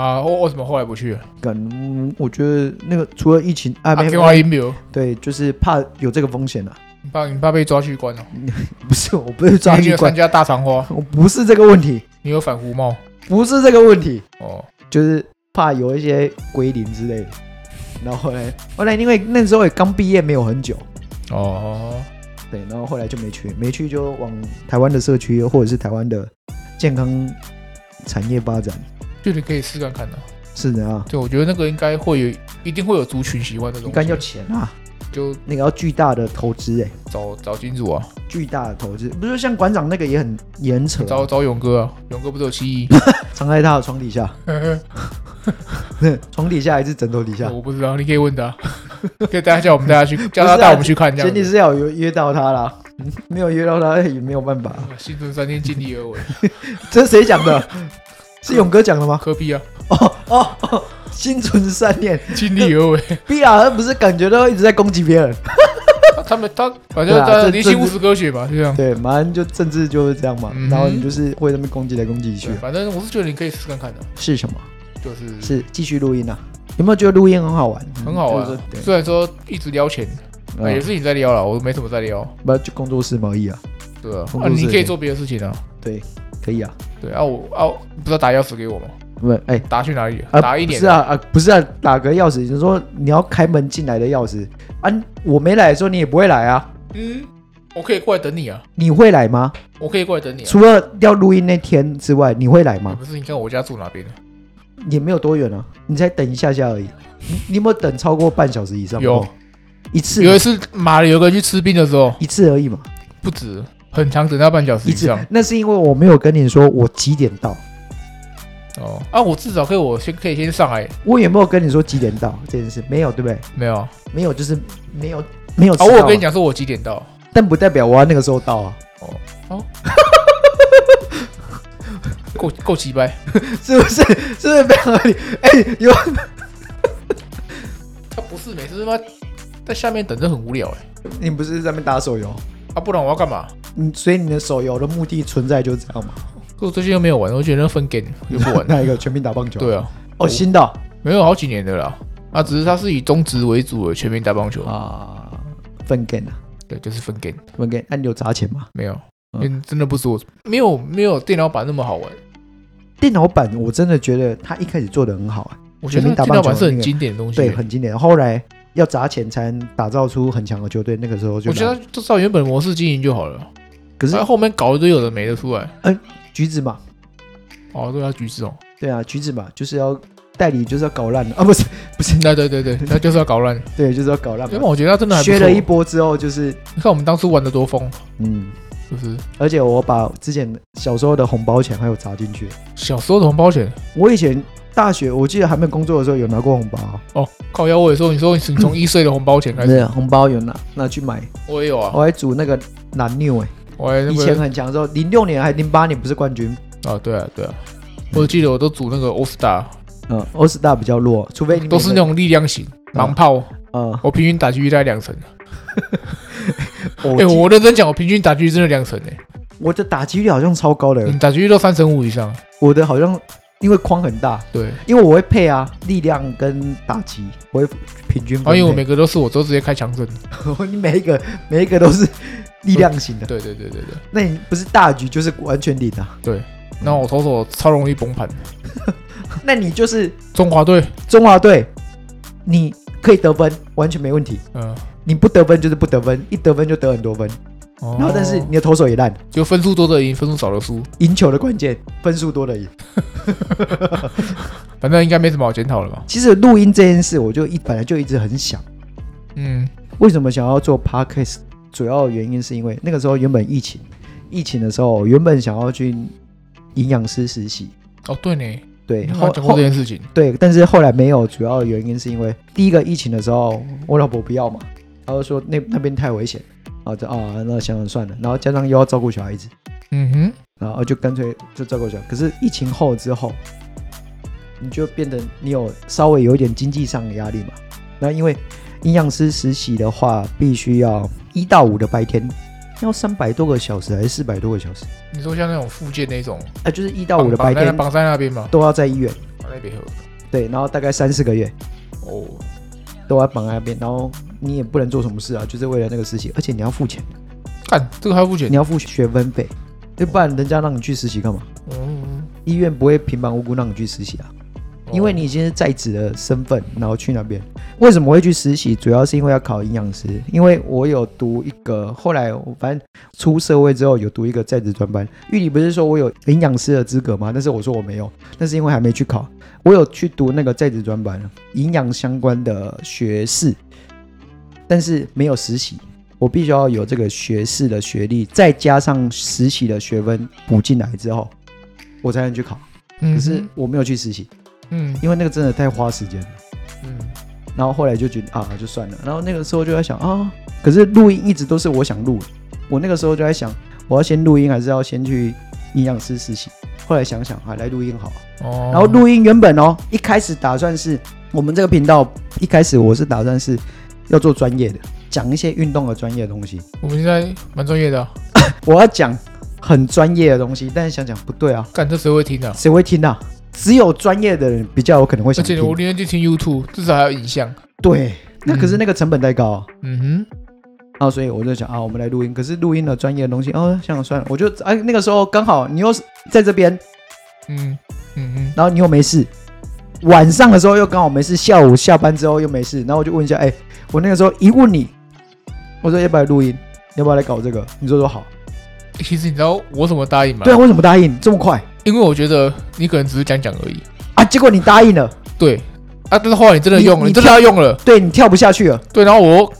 Speaker 2: 啊，我为什么后来不去了？
Speaker 1: 可能我觉得那个除了疫情啊，
Speaker 2: 啊，
Speaker 1: 没
Speaker 2: 给
Speaker 1: 有、
Speaker 2: 我 email，
Speaker 1: 对，就是怕有这个风险啊。
Speaker 2: 你怕你怕被抓去关哦。
Speaker 1: 不是，我不是抓
Speaker 2: 你
Speaker 1: 去
Speaker 2: 有
Speaker 1: 关
Speaker 2: 参，加大肠花，
Speaker 1: 我哦不是这个问题，
Speaker 2: 你有反胡帽
Speaker 1: 不是这个问题，
Speaker 2: 哦，
Speaker 1: 就是怕有一些归零之类的。然后后来，后来因为那时候也刚毕业没有很久，
Speaker 2: 哦哦，
Speaker 1: 对，然后后来就没去，没去就往台湾的社区或者是台湾的健康产业发展，
Speaker 2: 就你可以试看看的。
Speaker 1: 是的啊，
Speaker 2: 对，我觉得那个应该会有，一定会有族群喜欢的东
Speaker 1: 应
Speaker 2: 西。
Speaker 1: 该要钱啊，
Speaker 2: 就
Speaker 1: 那个要巨大的投资哎、
Speaker 2: 找找金主啊，
Speaker 1: 巨大的投资，不是像馆长那个也很也很扯、
Speaker 2: 找找勇哥啊，勇哥不是有蜥蜴？
Speaker 1: 藏在他的床底下，床底下还是枕头底下，啊
Speaker 2: 我不知道，你可以问他， 可以大家叫我们大家去，叫他带我们去看这
Speaker 1: 前
Speaker 2: 样
Speaker 1: 提
Speaker 2: 子。
Speaker 1: 是要有约到他啦， 没有约到他也没有办法。
Speaker 2: 新春三天尽力而为，
Speaker 1: 这是谁讲 的？是勇哥讲的吗？
Speaker 2: 科比啊，
Speaker 1: 哦哦哦，心存善念。
Speaker 2: 尽力 而为。
Speaker 1: B R 不是感觉都一直在攻击别人？
Speaker 2: 他们他反
Speaker 1: 对
Speaker 2: 正
Speaker 1: 啊
Speaker 2: 他
Speaker 1: 这
Speaker 2: 离心
Speaker 1: 这
Speaker 2: 务实科学嘛，就这样。
Speaker 1: 对，马上就政治就是这样嘛。
Speaker 2: 嗯哼
Speaker 1: 然后你就是会在那边攻击来攻击去
Speaker 2: 对，。反正我是觉得你可以试看看的，
Speaker 1: 是什么？
Speaker 2: 就是
Speaker 1: 是继续录音啊？有没有觉得录音很好玩？
Speaker 2: 很好玩
Speaker 1: 就
Speaker 2: 啊
Speaker 1: 是。对，
Speaker 2: 虽然说一直撩钱，啊也
Speaker 1: 嗯
Speaker 2: 是你在撩了，我没什么在撩。
Speaker 1: 不就工作室嘛而已啊。
Speaker 2: 对啊，
Speaker 1: 工
Speaker 2: 啊
Speaker 1: 作室
Speaker 2: 你
Speaker 1: 的
Speaker 2: 可以
Speaker 1: 钱
Speaker 2: 做别的事情啊。
Speaker 1: 对，可以啊。
Speaker 2: 对啊，我啊，我不知道打钥匙给我吗？
Speaker 1: 不，哎。
Speaker 2: 打去哪里了？
Speaker 1: 啊
Speaker 2: 打一点
Speaker 1: 不是啊啊，不是啊，打个钥匙，就是说你要开门进来的钥匙啊，我没来的时候你也不会来啊，
Speaker 2: 嗯，我可以过来等你啊，
Speaker 1: 你会来吗？
Speaker 2: 我可以过来等你啊。
Speaker 1: 除了要录音那天之外，你会来吗？
Speaker 2: 不是，你看我家住哪边？
Speaker 1: 也没有多远啊，你才等一下下而已。你你有没有等超过半小时以上？
Speaker 2: 有
Speaker 1: 一次
Speaker 2: 有一次马里有个去吃冰的时候，
Speaker 1: 一次而已嘛，
Speaker 2: 不止，很长，等到半小时
Speaker 1: 一
Speaker 2: 以
Speaker 1: 次
Speaker 2: 上。。
Speaker 1: 那是因为我没有跟你说我几点到，
Speaker 2: 哦，啊，我至少可以，我先可以先上来，
Speaker 1: 我也没有跟你说几点到这件事，没有对不对？
Speaker 2: 没有啊？
Speaker 1: 没有就是没有没有迟
Speaker 2: 啊
Speaker 1: 到
Speaker 2: 我
Speaker 1: 啊、
Speaker 2: 有跟你讲说我几点到，
Speaker 1: 但不代表我要那个时候到啊，
Speaker 2: 够够奇掰。
Speaker 1: 是不是？是不是非常合理？哎、有
Speaker 2: 他不是每次他妈在下面等着很无聊哎、
Speaker 1: 你不是在那边打手游？
Speaker 2: 啊，不然我要干嘛？
Speaker 1: 你所以你的手游的目的存在就是这样嘛？
Speaker 2: 可我最近又没有玩，我觉得那分 game 又不玩。
Speaker 1: 那一个全民打棒球，
Speaker 2: 对啊，
Speaker 1: 哦，新的
Speaker 2: 没有好几年的啦。啊，只是它是以中职为主的全民打棒球，
Speaker 1: 啊，分 g 啊，
Speaker 2: 对，就是分 game
Speaker 1: 分 g 那、你有砸钱吗？
Speaker 2: 没有，
Speaker 1: 嗯
Speaker 2: 嗯，真的不是我没有没有电脑版那么好玩。
Speaker 1: 电脑版我真的觉得他一开始做的很好、啊，
Speaker 2: 我觉得
Speaker 1: 全民打
Speaker 2: 电
Speaker 1: 棒
Speaker 2: 脑
Speaker 1: 球
Speaker 2: 版是
Speaker 1: 那
Speaker 2: 很
Speaker 1: 个
Speaker 2: 经典的东西、欸
Speaker 1: 对，很经典。后来要砸钱才能打造出很强的球队，那个时候就
Speaker 2: 我觉得呃
Speaker 1: 拿
Speaker 2: 它就照原本模式经营就好了。
Speaker 1: 可是
Speaker 2: 它后面搞一堆有的没的出来。
Speaker 1: 橘子嘛，
Speaker 2: 哦，对啊，橘子哦，
Speaker 1: 对啊，橘子嘛，就是要代理就是要搞烂啊，不是不是，
Speaker 2: 对对对对，那就是要搞烂。
Speaker 1: 对，就是要搞烂
Speaker 2: 因为
Speaker 1: 嘛。
Speaker 2: 我觉得它真的还不错
Speaker 1: 削了一波之后就是
Speaker 2: 你看我们当初玩的多疯，
Speaker 1: 嗯，
Speaker 2: 是不是？
Speaker 1: 而且我把之前小时候的红包钱还有砸进去。
Speaker 2: 小时候的红包钱
Speaker 1: 我以前大学我记得还没有工作的时候有拿过红包啊，
Speaker 2: 哦，靠腰我也说，你说你从一岁的红包钱开始，
Speaker 1: 对，红包有拿拿去买，
Speaker 2: 我也有啊，
Speaker 1: 我还煮那个南妞哎、
Speaker 2: 我还那
Speaker 1: 以前
Speaker 2: 个
Speaker 1: 很强的时候，零六年还零八年不是冠军，
Speaker 2: 啊，对啊对啊，我记得我都组那个欧斯达，
Speaker 1: 嗯，欧斯大比较弱，除非你嗯
Speaker 2: 都是那种力量型盲炮，
Speaker 1: 呃，
Speaker 2: 我平均打击率大概两成。
Speaker 1: 我
Speaker 2: 哎，
Speaker 1: 记
Speaker 2: 我认真讲，我平均打击率真的两成哎，
Speaker 1: 我的打击率好像超高的，
Speaker 2: 你打击率都三成五以上，
Speaker 1: 我的好像因为框很大，
Speaker 2: 对，
Speaker 1: 因为我会配啊，力量跟打击，我会平均分
Speaker 2: 啊，
Speaker 1: 配。
Speaker 2: 因为我每个都是我都直接开强身，
Speaker 1: 你每一个每一个都是 力量型的，
Speaker 2: 对对对对对。
Speaker 1: 那你不是大局就是完全零啊，
Speaker 2: 然后我投手超容易崩盘，
Speaker 1: 那你就是
Speaker 2: 中华队，
Speaker 1: 中华队，你可以得分，完全没问题。
Speaker 2: 嗯，
Speaker 1: 你不得分就是不得分，一得分就得很多分，
Speaker 2: 然
Speaker 1: 然后但是你的投手也烂，
Speaker 2: 哦就分数多的赢，分数少的输，
Speaker 1: 赢球的关键分数多的赢。
Speaker 2: 反正应该没什么好检讨了吧？
Speaker 1: 其实录音这件事，我就一本来就一直很想，
Speaker 2: 嗯，
Speaker 1: 为什么想要做 podcast，主要原因是因为那个时候原本疫情，疫情的时候原本想要去营养师实习，
Speaker 2: 哦对呢，
Speaker 1: 对，
Speaker 2: 你
Speaker 1: 后
Speaker 2: 好像讲过这
Speaker 1: 后
Speaker 2: 件事情，
Speaker 1: 对，但是后来没有，主要的原因是因为第一个疫情的时候，我老婆不要嘛，她就说那那边太危险，然后就啊、那想想算了，然后加上又要照顾小孩子，
Speaker 2: 嗯哼，
Speaker 1: 然后就干脆就照顾小孩。可是疫情后之后，你就变得你有稍微有一点经济上的压力嘛。那因为营养师实习的话，必须要一到五的白天，要三百多个小时还是四百多个小时？
Speaker 2: 你说像那种附件那种，
Speaker 1: 啊，就是一到五的白
Speaker 2: 绑在那
Speaker 1: 天
Speaker 2: 绑在那边嘛，
Speaker 1: 都要在医院，
Speaker 2: 绑在北河，
Speaker 1: 对，然后大概三四个月
Speaker 2: 哦，
Speaker 1: 都要绑在那边，然后你也不能做什么事啊，就是为了那个实习，而且你要付钱，
Speaker 2: 看这个还要付钱
Speaker 1: 你，要付学分费，要不然人家让你去实习干嘛？
Speaker 2: 嗯，
Speaker 1: 医院不会平白无故让你去实习啊。
Speaker 2: 哦
Speaker 1: 因为你已经是在职的身份，然后去那边。为什么会去实习？主要是因为要考营养师，因为我有读一个，后来我反正出社会之后有读一个在职专班。玉里不是说我有营养师的资格吗？但是我说我没有，那是因为还没去考。我有去读那个在职专班，营养相关的学士，但是没有实习。我必须要有这个学士的学历，再加上实习的学分补进来之后，我才能去考。
Speaker 2: 嗯
Speaker 1: 可是我没有去实习，
Speaker 2: 嗯
Speaker 1: 因为那个真的太花时间了。
Speaker 2: 嗯，
Speaker 1: 然后后来就觉得啊，就算了。然后那个时候就在想啊，可是录音一直都是我想录的。我那个时候就在想，我要先录音还是要先去营养师实习？后来想想啊，来录音好了。
Speaker 2: 哦，
Speaker 1: 然后录音原本哦，一开始打算是我们这个频道一开始我是打算是要做专业的，讲一些运动的专业的东西。
Speaker 2: 我们现在蛮专业的啊，
Speaker 1: 我要讲很专业的东西，但是想想不对啊，
Speaker 2: 干这谁会听啊？
Speaker 1: 谁会听啊？只有专业的人比较有可能会
Speaker 2: 而
Speaker 1: 想
Speaker 2: 且我
Speaker 1: 听。
Speaker 2: 宁愿去听 YouTube，至少还有影像，
Speaker 1: 对，那可是
Speaker 2: 嗯
Speaker 1: 那个成本太高、啊。
Speaker 2: 嗯哼，
Speaker 1: 然后所以我就想啊，我们来录音。可是录音的专业的东西，哦，想想算了，我就哎、那个时候刚好你又是在这边，
Speaker 2: 嗯嗯哼，
Speaker 1: 然后你又没事，晚上的时候又刚好没事，下午下班之后又没事，然后我就问一下，哎、我那个时候一问你，我说要不要录音？要不要来搞这个？你说说好。
Speaker 2: 其实你知道我怎么答应吗？
Speaker 1: 对啊，为什么答应这么快
Speaker 2: 因为我觉得你可能只是讲讲而已。
Speaker 1: 啊？结果你答应了，
Speaker 2: 对啊，但是后来你真的
Speaker 1: 你
Speaker 2: 用了，
Speaker 1: 你
Speaker 2: 你真的要用了，
Speaker 1: 对你跳不下去了，
Speaker 2: 对，然后我又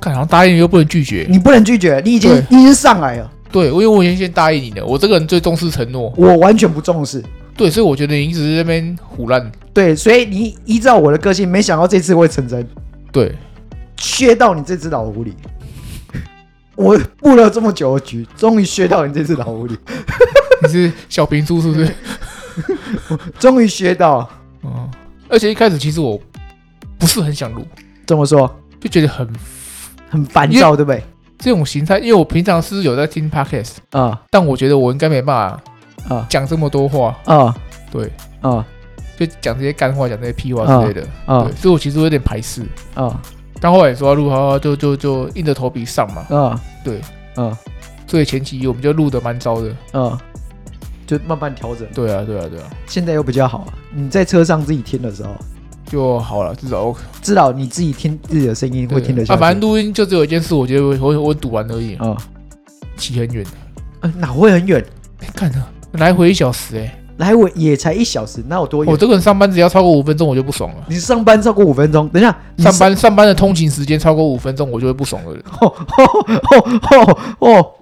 Speaker 2: 干，然后答应又不能拒绝，
Speaker 1: 你不能拒绝，你已经
Speaker 2: 对
Speaker 1: 你已经上来了，
Speaker 2: 对，因为我已经先答应你了，我这个人最重视承诺，
Speaker 1: 我完全不重视。
Speaker 2: 对，所以我觉得你一直在那边胡乱，
Speaker 1: 对，所以你依照我的个性，没想到这次会成真，
Speaker 2: 对，
Speaker 1: 削到你这只老狐狸。 我布了这么久的局，终于削到你这只老狐狸，
Speaker 2: 你是小平叔是不 是？
Speaker 1: 终于削到。
Speaker 2: 嗯，而且一开始其实我不是很想录，
Speaker 1: 这么说
Speaker 2: 就觉得很
Speaker 1: 很烦
Speaker 2: 因
Speaker 1: 躁，对不对？
Speaker 2: 这种形态，因为我平常是有在听 podcast，
Speaker 1: 啊
Speaker 2: 但我觉得我应该没办法
Speaker 1: 啊
Speaker 2: 讲这么多话，
Speaker 1: 啊
Speaker 2: 对，
Speaker 1: 啊
Speaker 2: 就讲这些干话，讲这些屁话之类的，
Speaker 1: 啊
Speaker 2: 对，所以我其实有点排斥。
Speaker 1: 啊
Speaker 2: 但后来说要录，好好就就就硬着头皮上嘛，
Speaker 1: 啊！
Speaker 2: 对，
Speaker 1: 啊
Speaker 2: 所以前期我们就录的蛮糟的，
Speaker 1: 啊，就慢慢调整。
Speaker 2: 对啊，对啊，对啊，
Speaker 1: 现在又比较好啊。你在车上自己听的时候，
Speaker 2: 就好了，至少 OK。
Speaker 1: 至少你自己听自己的声音会听得下
Speaker 2: 啊，
Speaker 1: 去。
Speaker 2: 反正录音就只有一件事，我觉得我我我赌完而已，
Speaker 1: 啊，
Speaker 2: 骑很远，
Speaker 1: 呃哪会很远？
Speaker 2: 哎看着来回一小时，哎，哦
Speaker 1: 来回也才一小时，哪有多远？
Speaker 2: 我这个人上班只要超过五分钟我就不爽了。
Speaker 1: 你上班超过五分钟，等一下，你
Speaker 2: 上班上班的通勤时间超过五分钟，我就会不爽了。
Speaker 1: 哦哦哦哦，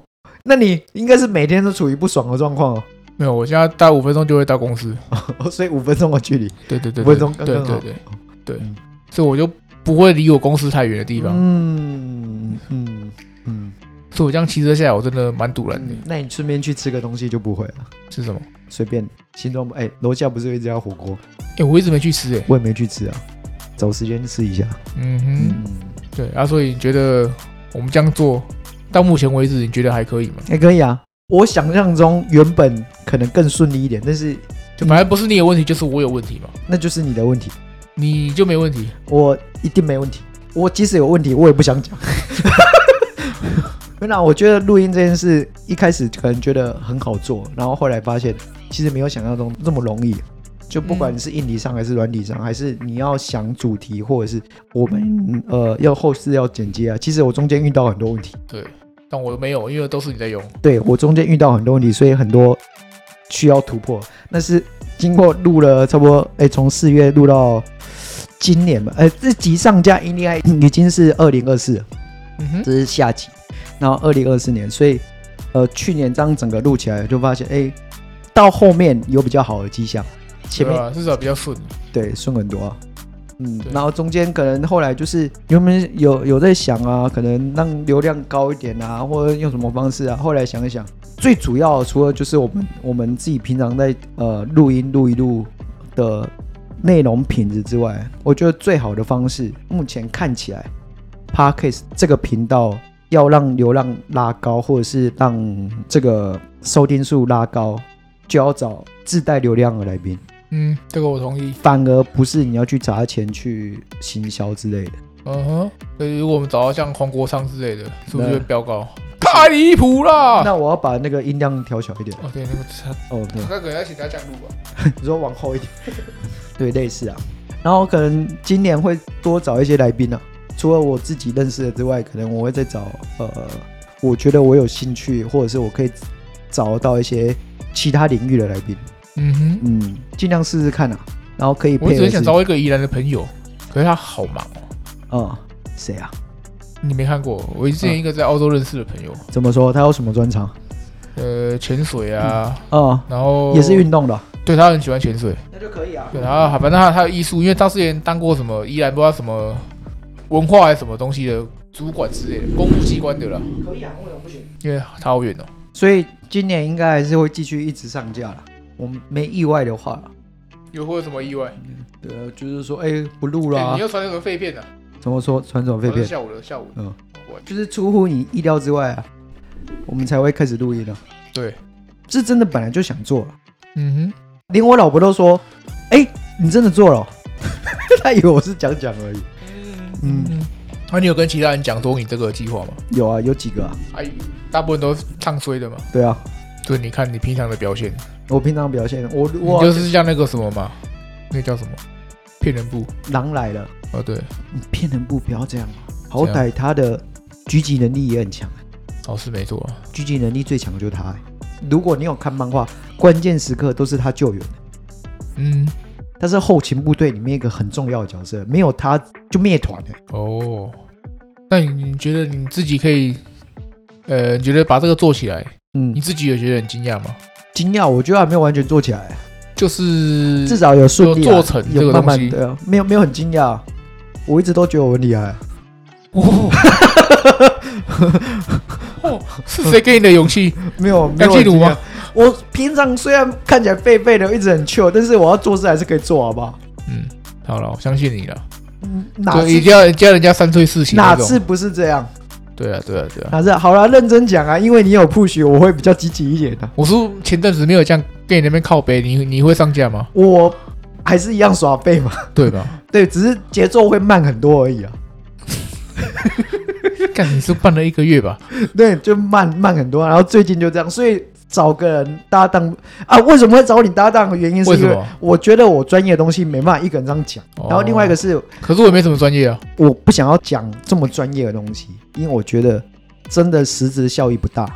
Speaker 1: 那你应该是每天都处于不爽的状况哦
Speaker 2: 没有，我现在待五分钟就会到公司。
Speaker 1: 哦， 所以五分钟的距离，
Speaker 2: 对对对，
Speaker 1: 五分钟
Speaker 2: 对
Speaker 1: 刚
Speaker 2: 对
Speaker 1: 刚好
Speaker 2: 对对对
Speaker 1: 嗯，
Speaker 2: 所以我就不会离我公司太远的地方。
Speaker 1: 嗯嗯嗯
Speaker 2: 所以我这样骑车下来，我真的蛮堵然的
Speaker 1: 嗯。，那你顺便去吃个东西就不会了，
Speaker 2: 是什么？
Speaker 1: 随便新庄哎，楼下不是有一家火锅，
Speaker 2: 哎，我一直没去吃哎。
Speaker 1: 我也没去吃啊，找时间吃一下。
Speaker 2: 嗯哼，
Speaker 1: 嗯，
Speaker 2: 对啊，所以你觉得我们这样做到目前为止，你觉得还可以吗？
Speaker 1: 还可以啊，我想象中原本可能更顺利一点，但是
Speaker 2: 就反正不是你有问题，就是我有问题嘛。
Speaker 1: 那就是你的问题，
Speaker 2: 你就没问题，
Speaker 1: 我一定没问题。我即使有问题，我也不想讲。 那我觉得录音这件事，一开始可能觉得很好做，然后后来发现其实没有想象中这么容易。就不管是硬体上还是软体上，还是你要想主题，或者是我们呃要后事要剪接啊，其实我中间遇到很多问题。
Speaker 2: 但我没有，因为都是你在用。
Speaker 1: 对我中间遇到很多问题，所以很多需要突破。但是经过录了差不多，哎，从四月录到今年吧，呃，这集上架应该已经是二零二四，
Speaker 2: 嗯哼，
Speaker 1: 这是下集，然后二零二四年，所以呃，去年这样整个录起来，就发现哎，到后面有比较好的迹象，前面
Speaker 2: 对啊至少比较顺。
Speaker 1: 对，顺很多、啊。嗯
Speaker 2: 对，
Speaker 1: 然后中间可能后来就是原本有有在想啊，可能让流量高一点啊，或者用什么方式啊。后来想一想，最主要的除了就是我们我们自己平常在呃录音录一录的内容品质之外，我觉得最好的方式，目前看起来 p a d k a s 这个频道要让流量拉高，或者是让这个收听数拉高，就要找自带流量的来宾。
Speaker 2: 嗯，这个我同意。
Speaker 1: 反而不是你要去砸钱去行销之类的。
Speaker 2: 嗯哼，所以如果我们找到像黄国昌之类的，是不是
Speaker 1: 对
Speaker 2: 会飙高？太离谱啦！
Speaker 1: 那我要把那个音量调小一点。
Speaker 2: 啊哦，对，那个他
Speaker 1: 哦，对，
Speaker 2: 那个要请他降录吧。
Speaker 1: 你说往后一点， 对，类似啊。然后可能今年会多找一些来宾啊，除了我自己认识的之外，可能我会再找呃，我觉得我有兴趣，或者是我可以找到一些其他领域的来宾，
Speaker 2: 嗯哼，
Speaker 1: 嗯，尽量试试看啊。然后可以
Speaker 2: 我
Speaker 1: 配
Speaker 2: 只
Speaker 1: 合
Speaker 2: 是想
Speaker 1: 是
Speaker 2: 找一个宜兰的朋友，可是他好忙哦。
Speaker 1: 嗯，谁啊？
Speaker 2: 你没看过？我之
Speaker 1: 嗯
Speaker 2: 前一个在澳洲认识的朋友，
Speaker 1: 怎么说？他有什么专长？
Speaker 2: 呃，潜水啊，
Speaker 1: 嗯，
Speaker 2: 然后
Speaker 1: 也是运动的啊，
Speaker 2: 对他很喜欢潜水，
Speaker 1: 那就可以啊
Speaker 2: 对，然后反正他他有艺术，因为他之前当过什么宜兰不知道什么文化还是什么东西的主管之类的，公务机关的啦，
Speaker 1: 可以啊，为什么不行？啊
Speaker 2: 因为他好远哦。
Speaker 1: 所以今年应该还是会继续一直上架了。我们没意外的话，
Speaker 2: 有会有什么意外？
Speaker 1: 对啊，就是说，哎、不录
Speaker 2: 哎
Speaker 1: 啦、
Speaker 2: 你又传那个废片啊？
Speaker 1: 怎么说传统废
Speaker 2: 哦是
Speaker 1: 片，
Speaker 2: 下午的下午的。
Speaker 1: 嗯
Speaker 2: 我
Speaker 1: 就是出乎你意料之外啊，我们才会开始录音的、
Speaker 2: 对，
Speaker 1: 这真的本来就想做了，
Speaker 2: 嗯哼，
Speaker 1: 连我老婆都说，哎、你真的做了哦、 她以为我是讲讲而已。嗯
Speaker 2: 嗯。那、你有跟其他人讲说你这个计划吗？
Speaker 1: 有啊，有几个啊，
Speaker 2: 哎，大部分都是唱衰的嘛。
Speaker 1: 对啊，
Speaker 2: 对，你看你平常的表现，
Speaker 1: 我平常表现，我
Speaker 2: 你
Speaker 1: 我
Speaker 2: 就是像那个什么嘛，那个叫什么骗人部？
Speaker 1: 狼来了，
Speaker 2: 哦，对，
Speaker 1: 你骗人不不要这样啊，好歹他的狙击能力也很强啊、
Speaker 2: 哦，是没错啊，
Speaker 1: 狙击能力最强的就是他、欸如果你有看漫画，关键时刻都是他救援，
Speaker 2: 嗯，
Speaker 1: 他是后勤部队里面一个很重要的角色，没有他就灭团了。
Speaker 2: 哦，那你你觉得你自己可以，呃，你觉得把这个做起来，
Speaker 1: 嗯
Speaker 2: 你，自己有觉得很惊讶吗？
Speaker 1: 惊讶，我觉得还没有完全做起来，
Speaker 2: 就是
Speaker 1: 至少有顺利、啊、
Speaker 2: 嗯有做成这
Speaker 1: 有慢
Speaker 2: 个东
Speaker 1: 慢
Speaker 2: 西，
Speaker 1: 对啊，没有没有很惊讶，我一直都觉得我很厉 害。
Speaker 2: 哦， 哦是谁给你的勇气？
Speaker 1: 没有，没
Speaker 2: 梁
Speaker 1: 有
Speaker 2: 静茹
Speaker 1: 很惊讶
Speaker 2: 吗？
Speaker 1: 我平常虽然看起来废废的，一直很 chill，但是我要做事还是可以做，好不好？
Speaker 2: 嗯，好了，我相信你了。
Speaker 1: 嗯哪
Speaker 2: 对，一
Speaker 1: 次
Speaker 2: 定要教人家三催四请那
Speaker 1: 哪
Speaker 2: 种。
Speaker 1: 次不是这样？
Speaker 2: 对啊，对啊，对啊。
Speaker 1: 哪次好了，认真讲啊，因为你有 push，我会比较积极一点的、
Speaker 2: 我说前阵子没有这样跟你那边靠背，你你会上架吗？
Speaker 1: 我还是一样耍废嘛，
Speaker 2: 对吧？
Speaker 1: 对，只是节奏会慢很多而已啊。
Speaker 2: 干，你是办了一个月吧？
Speaker 1: 对，就慢慢很多。然后最近就这样，所以找个人搭档啊，为什么会找你搭档？原因是
Speaker 2: 为什
Speaker 1: 因为
Speaker 2: 么？
Speaker 1: 我觉得我专业的东西没办法一个人这样讲，
Speaker 2: 哦
Speaker 1: 然后另外一个是
Speaker 2: 可是我也没什么专业啊。
Speaker 1: 我不想要讲这么专业的东西，因为我觉得真的实质效益不大。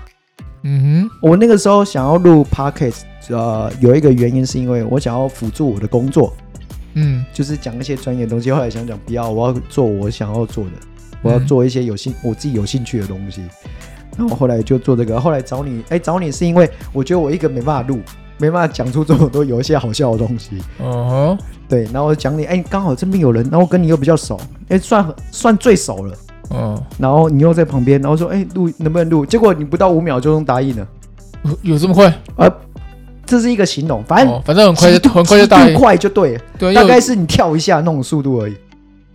Speaker 2: 嗯
Speaker 1: 我那个时候想要录 podcast，呃，有一个原因是因为我想要辅助我的工作，
Speaker 2: 哼，嗯，
Speaker 1: 就是讲一些专业的东西。后来想想，不要，我要做我想要做的，我
Speaker 2: 嗯
Speaker 1: 要做一些有兴我自己有兴趣的东西。然后后来就做这个，后来找你，哎，找你是因为我觉得我一个没办法录，没办法讲出这么多有一些好笑的东西。
Speaker 2: 哦
Speaker 1: 对，然后我讲你，哎，刚好这边有人，然后跟你又比较熟，哎，算很算最熟了。
Speaker 2: 吼，嗯，
Speaker 1: 然后你又在旁边，然后说，哎，录能不能录？结果你不到五秒就用答应了，
Speaker 2: 有有这么快？
Speaker 1: 呃，这是一个形容，反正
Speaker 2: 哦，反正很快就很快就大
Speaker 1: 极度快就对了，
Speaker 2: 对啊，
Speaker 1: 大
Speaker 2: 因
Speaker 1: 概
Speaker 2: 为
Speaker 1: 是你跳一下那种速度而已，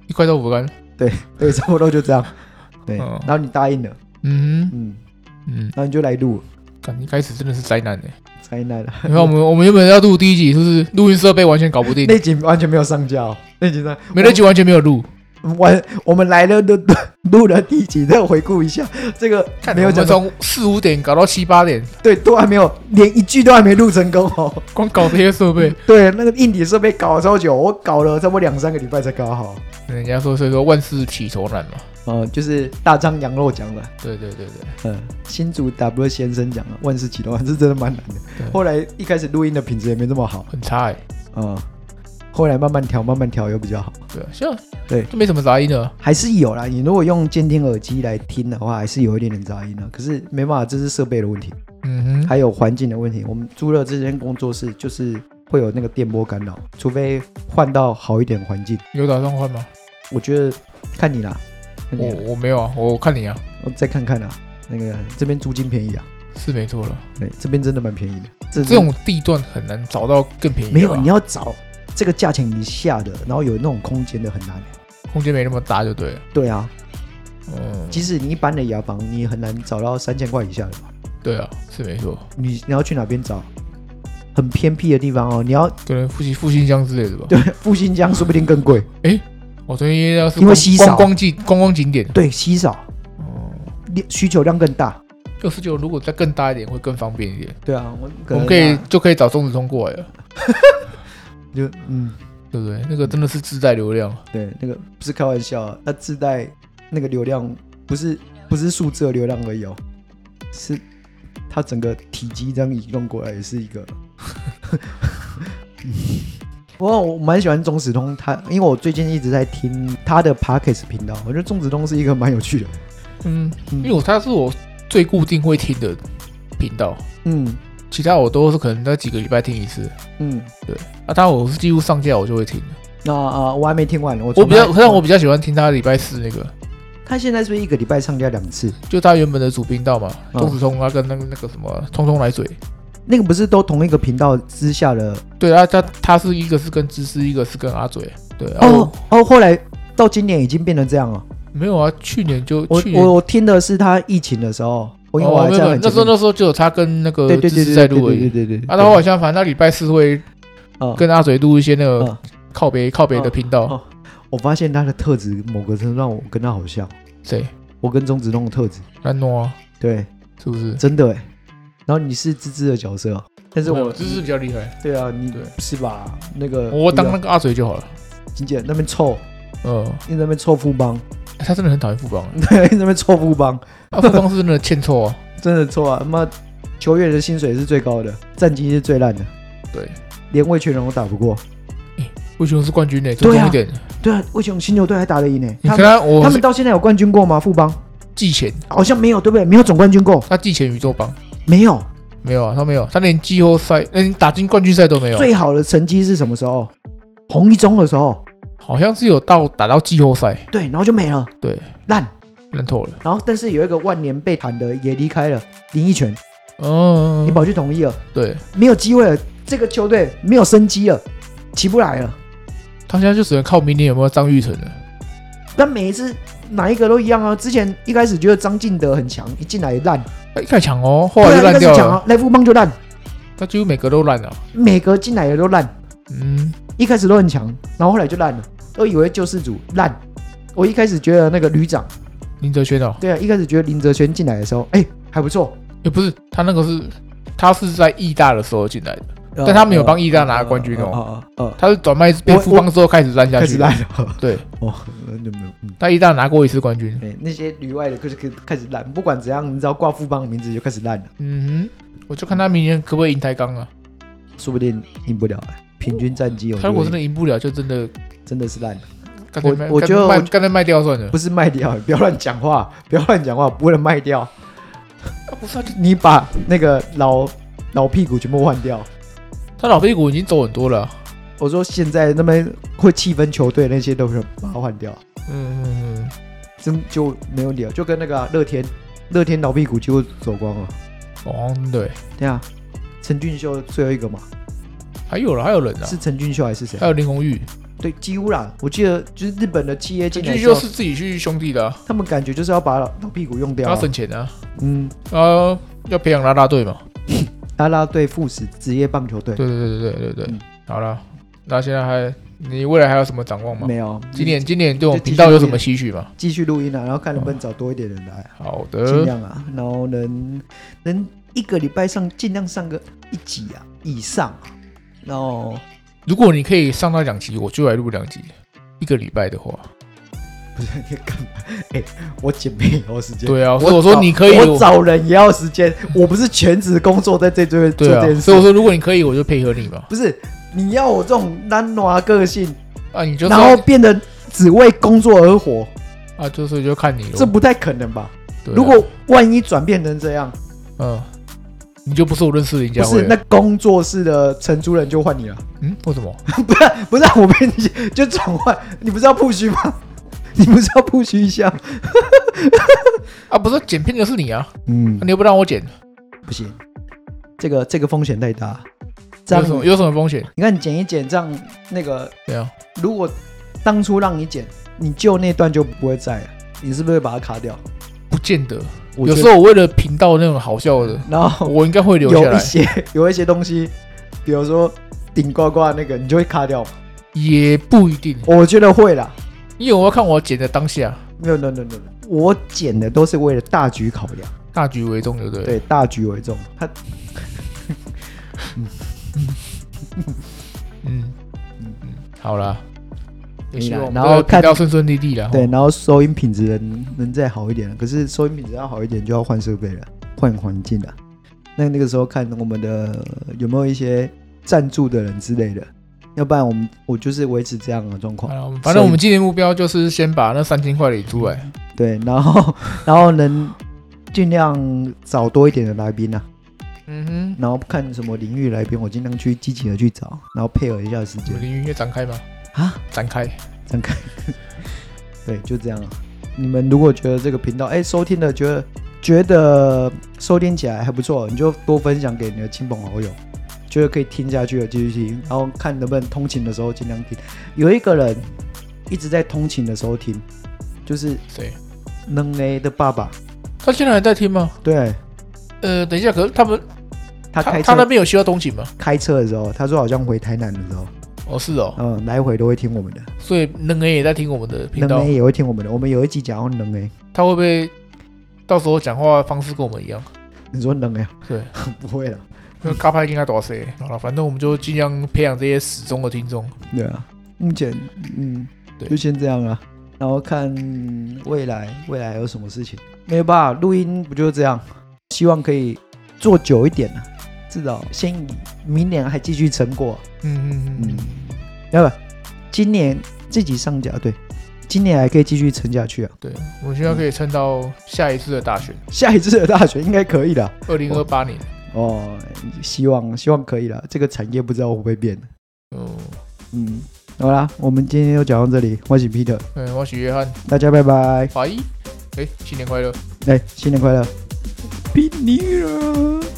Speaker 2: 一块到五杆。
Speaker 1: 对，差不多就这 样。对，
Speaker 2: 嗯
Speaker 1: 然后你答应了，
Speaker 2: 嗯
Speaker 1: 嗯，
Speaker 2: 哼嗯，
Speaker 1: 然后你就来录，
Speaker 2: 干，一开始真的是灾难呢。
Speaker 1: 才来了。
Speaker 2: 你看 我们我们原本要录第一集，就是录音设备完全搞不定，
Speaker 1: 那集完全没有上架、哦，那集呢，
Speaker 2: 没那集完全没有录，
Speaker 1: 完，我们来了都都 录了第一集，再回顾一下，这个
Speaker 2: 看
Speaker 1: 没有
Speaker 2: 我们
Speaker 1: 讲到，
Speaker 2: 从四五点搞到七八点，
Speaker 1: 对，都还没有，连一句都还没录成功 哦。
Speaker 2: 光搞这些设备，
Speaker 1: 对，那个硬体设备搞了超久，我搞了差不多两三个礼拜才搞好。
Speaker 2: 人家说所以说万事起头难嘛。
Speaker 1: 呃，就是大张羊肉讲的，
Speaker 2: 对对对对，
Speaker 1: 嗯，新竹 W 先生讲的，万事起头难，这真的蛮难
Speaker 2: 对
Speaker 1: 的。后来一开始录音的品质也没这么好，
Speaker 2: 很差哎、
Speaker 1: 嗯，后来慢慢调，慢慢调又比较好，
Speaker 2: 对啊，像
Speaker 1: 对
Speaker 2: 就没什么杂音了。
Speaker 1: 还是有啦。你如果用监听耳机来听的话，还是有一点点杂音的。啊可是没办法，这是设备的问题，
Speaker 2: 嗯哼，
Speaker 1: 还有环境的问题。我们租了这间工作室，就是会有那个电波干扰，除非换到好一点的环境。
Speaker 2: 有打算换吗？
Speaker 1: 我觉得看你啦，看
Speaker 2: 我
Speaker 1: 你啦
Speaker 2: 我没有啊，我看你啊，
Speaker 1: 我再看看啦。那个这边租金便宜啊，
Speaker 2: 是没错了。
Speaker 1: 对，这边真的蛮便宜的。这
Speaker 2: 这种地段很难找到更便
Speaker 1: 嗯
Speaker 2: 宜的吧，
Speaker 1: 没有，你啊要找这个价钱以下的，然后有那种空间的很难。
Speaker 2: 空间没那么大就对了。
Speaker 1: 对啊，
Speaker 2: 嗯，
Speaker 1: 即使你一般的牙房，你也很难找到三千块以下的吧？
Speaker 2: 对啊，是没错，
Speaker 1: 你你要去哪边找？很偏僻的地方哦，你要
Speaker 2: 可能复兴复兴乡之类的吧。哦
Speaker 1: 对复兴江说不定更贵。
Speaker 2: 我昨天要是
Speaker 1: 因为
Speaker 2: 观
Speaker 1: 稀少
Speaker 2: 观光景观光景点，
Speaker 1: 对，稀少，
Speaker 2: 哦、
Speaker 1: 量需求量更大。
Speaker 2: 六十九如果再更大一点会更方便一点，
Speaker 1: 对啊，我可能
Speaker 2: 我们可以
Speaker 1: 啊
Speaker 2: 就可以找中子通过来了，
Speaker 1: 就嗯，
Speaker 2: 对不对？那个真的是自带流量，
Speaker 1: 对，那个不是开玩笑啊，它自带那个流量不是不是数字的流量而已哦，是它整个体积这样移动过来也是一 个。不过我蛮喜欢钟子通，他因为我最近一直在听他的 Parkes 频道，我觉得钟子通是一个蛮有趣的。
Speaker 2: 嗯，
Speaker 1: 嗯
Speaker 2: 因为我它是我最固定会听的频道，
Speaker 1: 嗯
Speaker 2: 其他我都是可能在几个礼拜听一次，
Speaker 1: 嗯，
Speaker 2: 啊，当然我是几乎上架我就会听的，
Speaker 1: 那啊、我还没听完，我
Speaker 2: 我
Speaker 1: 从
Speaker 2: 比较，
Speaker 1: 他
Speaker 2: 但我比较喜欢听他礼拜四那个，
Speaker 1: 他现在是不是一个礼拜上架两次？
Speaker 2: 就他原本的主频道嘛，
Speaker 1: 嗯
Speaker 2: 钟子通啊跟那个那个什么通通来水，
Speaker 1: 那个不是都同一个频道之下的？
Speaker 2: 对啊，他他是一个是跟芝芝，一个是跟阿嘴，对，啊
Speaker 1: 哦哦，后来到今年已经变成这样了。
Speaker 2: 我没有啊，去年就
Speaker 1: 我
Speaker 2: 去年
Speaker 1: 我我听的是他疫情的时候，我因为我
Speaker 2: 哦
Speaker 1: 还
Speaker 2: 没
Speaker 1: 在
Speaker 2: 有没有
Speaker 1: 很
Speaker 2: 那
Speaker 1: 前
Speaker 2: 时候
Speaker 1: 面
Speaker 2: 那时候只有他跟那个
Speaker 1: 对对
Speaker 2: 芝
Speaker 1: 对对
Speaker 2: 芝在
Speaker 1: 对
Speaker 2: 录而
Speaker 1: 对
Speaker 2: 已
Speaker 1: 对。对对对
Speaker 2: 啊，然后好像反正他礼拜四会
Speaker 1: 啊
Speaker 2: 跟阿嘴录一些那个
Speaker 1: 嗯
Speaker 2: 靠北靠北的频
Speaker 1: 嗯
Speaker 2: 道，
Speaker 1: 我发现他的特质某个程度让我跟他好像，
Speaker 2: 谁？
Speaker 1: 我跟钟子弄的特质，
Speaker 2: 兰诺啊，
Speaker 1: 对，
Speaker 2: 是不是？
Speaker 1: 真的哎。然后你是芝芝的角色，哦但是
Speaker 2: 没有
Speaker 1: 我
Speaker 2: 芝芝比较厉害，
Speaker 1: 对啊，你
Speaker 2: 对
Speaker 1: 是吧？那个
Speaker 2: 我当那
Speaker 1: 那
Speaker 2: 个阿嘴就好了。
Speaker 1: 金姐那边凑，
Speaker 2: 嗯，哎
Speaker 1: 你在那边凑富邦，
Speaker 2: 他真的很讨厌富邦，欸
Speaker 1: 对，那边错不帮，
Speaker 2: 啊，富邦是真的欠揍啊。
Speaker 1: 真的错啊！他妈，球员的薪水是最高的，战绩是最烂的，
Speaker 2: 对，
Speaker 1: 连魏全龙都打不过。
Speaker 2: 魏雄是冠军欸呢，尊
Speaker 1: 对啊
Speaker 2: 重一点。
Speaker 1: 对啊，魏全龙新球队还打得赢呢、
Speaker 2: 你
Speaker 1: 他
Speaker 2: 看
Speaker 1: 们
Speaker 2: 他，我
Speaker 1: 他
Speaker 2: 是
Speaker 1: 们到现在有冠军过吗？富邦
Speaker 2: 季前，
Speaker 1: 好像没有，对不对？没有总冠军过，
Speaker 2: 他季前宇宙榜
Speaker 1: 没有。
Speaker 2: 没有啊，他没有，他连季后赛，连打进冠军赛都没有，啊
Speaker 1: 最好的成绩是什么时候？红一中的时候，
Speaker 2: 好像是有到打到季后赛，
Speaker 1: 对，然后就没了，
Speaker 2: 对，
Speaker 1: 烂。
Speaker 2: 烂透了。
Speaker 1: 然后但是有一个万年被谈的也离开了，林奕泉，你
Speaker 2: 嗯，
Speaker 1: 跑去同意了，
Speaker 2: 对
Speaker 1: 没有机会了，这个球队没有生机了，起不来了。
Speaker 2: 他现在就只能靠明年有没有张玉成了。
Speaker 1: 但每一次哪一个都一样啊！之前一开始觉得张进德很强，一进来也烂，
Speaker 2: 他一开始强哦，后
Speaker 1: 对啊，一
Speaker 2: 来就
Speaker 1: 开
Speaker 2: 烂
Speaker 1: 始
Speaker 2: 掉
Speaker 1: 强
Speaker 2: 了，
Speaker 1: 啊，来富邦就烂，
Speaker 2: 他几乎每个都烂了。
Speaker 1: 每个进来的都烂，
Speaker 2: 嗯，
Speaker 1: 一开始都很强，然后后来就烂了，都以为救世主烂。我一开始觉得那个旅长，
Speaker 2: 林哲轩哦，
Speaker 1: 对啊，一开始觉得林哲轩进来的时候，哎、还不错，
Speaker 2: 也不是他那个是，他是在义大的时候进来的，
Speaker 1: 呃
Speaker 2: 但他没有帮义大拿冠军哦。
Speaker 1: 呃呃，呃
Speaker 2: 他是转卖被富邦之后开始烂
Speaker 1: 呃
Speaker 2: 下
Speaker 1: 开
Speaker 2: 去
Speaker 1: 始
Speaker 2: 的，
Speaker 1: 烂了，
Speaker 2: 对，
Speaker 1: 哦，那就没有，嗯，
Speaker 2: 他义大拿过一次冠军。
Speaker 1: 对，那些旅外的开始开始烂，不管怎样，你只要挂富邦的名字就开始烂了，
Speaker 2: 嗯哼，我就看他明年可不可以赢台钢啊？
Speaker 1: 说不定赢不了、哎平均战绩有
Speaker 2: 他如果真
Speaker 1: 的
Speaker 2: 的赢不了，就真的
Speaker 1: 真的是烂，
Speaker 2: 干脆卖，
Speaker 1: 我我
Speaker 2: 干
Speaker 1: 觉得
Speaker 2: 脆卖
Speaker 1: 我
Speaker 2: 干脆卖掉算了。
Speaker 1: 不是卖掉，不要乱讲话，不要乱讲话，不能卖掉，
Speaker 2: 啊不是啊，
Speaker 1: 你把那个老老屁股全部换掉。
Speaker 2: 他老屁股已经走很多了啊。
Speaker 1: 我说现在那边会气氛球队那些都是把它换掉，
Speaker 2: 嗯嗯嗯，
Speaker 1: 真就没问题了，就跟那个啊乐、天，乐天老屁股几乎走光了。
Speaker 2: 哦对，
Speaker 1: 对啊，陈俊秀最后一个嘛，
Speaker 2: 还有了，还有人啊，
Speaker 1: 是陈俊秀还是谁
Speaker 2: 还？有林红玉，
Speaker 1: 对，几乎啦，我记得就是日本的企业
Speaker 2: 这
Speaker 1: 进来
Speaker 2: 句
Speaker 1: 之后
Speaker 2: 就，是自己去兄弟的啊，
Speaker 1: 他们感觉就是要把老老屁股用掉
Speaker 2: 他
Speaker 1: 啊、
Speaker 2: 省钱啊，
Speaker 1: 嗯，
Speaker 2: 啊要培养啦啦队嘛。
Speaker 1: 拉拉队副使职业棒球队
Speaker 2: 对对对对对对对
Speaker 1: 嗯，
Speaker 2: 好了，那现在还你未来还有什么展望吗？
Speaker 1: 没有，
Speaker 2: 今年今年对我们
Speaker 1: 就继
Speaker 2: 频
Speaker 1: 续
Speaker 2: 道有什么期许吗？
Speaker 1: 继续录音啊，然后看能不
Speaker 2: 哦
Speaker 1: 能找多一点人来啊。
Speaker 2: 好
Speaker 1: 尽
Speaker 2: 的，
Speaker 1: 量啊，然后能能一个礼拜上尽量上个一集啊以上啊，然后
Speaker 2: 如果你可以上到两集，我就来录两集。一个礼拜的话，
Speaker 1: 不是你干嘛？哎、我剪片也要时间。
Speaker 2: 对啊，所
Speaker 1: 我
Speaker 2: 以我说
Speaker 1: 找
Speaker 2: 你可以，
Speaker 1: 我找人也要时间，我不是全职工作在这边做
Speaker 2: 对
Speaker 1: 这
Speaker 2: 啊，
Speaker 1: 件事，
Speaker 2: 所以我说如果你可以，我就配合你嘛。
Speaker 1: 不是你要我这种懒惰个性，
Speaker 2: 啊，你就
Speaker 1: 然后变得只为工作而活，
Speaker 2: 啊，就是就看你咯。
Speaker 1: 这不太可能吧？
Speaker 2: 对啊
Speaker 1: 如果万一转变成这样，
Speaker 2: 嗯，你就不是我认识的林
Speaker 1: 不
Speaker 2: 家
Speaker 1: 是
Speaker 2: 辉
Speaker 1: 那
Speaker 2: 了。
Speaker 1: 工作室的陈主任就换你了。
Speaker 2: 嗯，为什么？
Speaker 1: 不是不是啊，我被你就转换，你不是要 push 吗？ 你不是要 push 一下？
Speaker 2: 啊，不是剪片的是你啊，
Speaker 1: 嗯
Speaker 2: 你又不让我剪，
Speaker 1: 不行，这个这个风险太大。这
Speaker 2: 有
Speaker 1: 样
Speaker 2: 什么有什么风险？
Speaker 1: 你看你剪一剪，这样那个
Speaker 2: 对啊，
Speaker 1: 如果当初让你剪，你就那段就不会在了，你是不是会把它卡掉？
Speaker 2: 不见得。
Speaker 1: 我
Speaker 2: 有
Speaker 1: 觉
Speaker 2: 时
Speaker 1: 得，
Speaker 2: 候我为了频道那种好 笑的，
Speaker 1: 然后
Speaker 2: 我应该会留下
Speaker 1: 有一
Speaker 2: 来。
Speaker 1: 些 有一些东西，比如说顶呱呱那个，你就会卡掉。
Speaker 2: 也不一定，
Speaker 1: 我觉得会啦，
Speaker 2: 因为我要看我剪的当下，
Speaker 1: 没有，no no no，no 我剪的都是为了大局考量。
Speaker 2: 大局为重，对不对？
Speaker 1: 对，大局为重。他
Speaker 2: 嗯嗯嗯，好啦，也希望我们
Speaker 1: 然后
Speaker 2: 这个频道
Speaker 1: 看
Speaker 2: 顺顺利利啦。
Speaker 1: 对，
Speaker 2: 吼，
Speaker 1: 然后收音品质能能再好一点，可是收音品质要好一点，就要换设备了，换环境了。那那个时候看我们的有没有一些赞助的人之类的，要不然我们我就是维持这样的状况。
Speaker 2: 好啦反正我们今年目标就是先把那三千块领出来。
Speaker 1: 对，然后 然后能尽量找多一点的来宾啊，
Speaker 2: 嗯
Speaker 1: 然后看什么领域来宾，我尽量去积极的去找，然后配合一下时
Speaker 2: 哼，
Speaker 1: 间
Speaker 2: 有领域展开吗？
Speaker 1: 啊。
Speaker 2: 展开。
Speaker 1: 展开。 对，就这样啊。你们如果觉得这个频道，哎、收听的觉得觉得收听起来还不错，你就多分享给你的亲朋好友，觉得可以听下去的继续听，然后看能不能通勤的时候尽量听。有一个人一直在通勤的时候听，就是
Speaker 2: 谁？
Speaker 1: 能 A 的爸爸，
Speaker 2: 他现在还在听吗？
Speaker 1: 对
Speaker 2: 呃，等一下，可是他们
Speaker 1: 他
Speaker 2: 他
Speaker 1: 开
Speaker 2: 他那
Speaker 1: 车
Speaker 2: 边有需要通勤吗？
Speaker 1: 开车的时候，他说好像回台南的时候，
Speaker 2: 哦，是哦，
Speaker 1: 嗯，来回都会听我们的，
Speaker 2: 所以能 A 也在听我们的频
Speaker 1: 能
Speaker 2: 道
Speaker 1: A，也会听我们的。我们有一集讲到能 A，
Speaker 2: 他会不会到时候讲话方式跟我们一样？
Speaker 1: 你说能 A
Speaker 2: 对，
Speaker 1: 不会了，
Speaker 2: 因为嘎派应该多谁？好了，反正我们就尽量培养这些始终的听众。
Speaker 1: 对啊，目前嗯，
Speaker 2: 对
Speaker 1: 就先这样啊。然后看未来未来有什么事情。没有办法，录音不就是这样？希望可以做久一点啊，至少先以明年还继续成果。
Speaker 2: 嗯嗯嗯
Speaker 1: 嗯，要不今年自己上架，对，今年还可以继续撑下去啊。
Speaker 2: 对，我们希望可以撑到下一次的大选，
Speaker 1: 下一次的大学应该可以的
Speaker 2: 二零二八年。
Speaker 1: 哦，希望希望可以了。这个产业不知道会不会变。
Speaker 2: 嗯，
Speaker 1: 嗯，好啦，我们今天就讲到这里，欢喜 Peter，
Speaker 2: 嗯，我是约翰，
Speaker 1: 大家拜拜，
Speaker 2: 拜，哎，新年快乐。
Speaker 1: 哎，新年快乐，Happy New Year！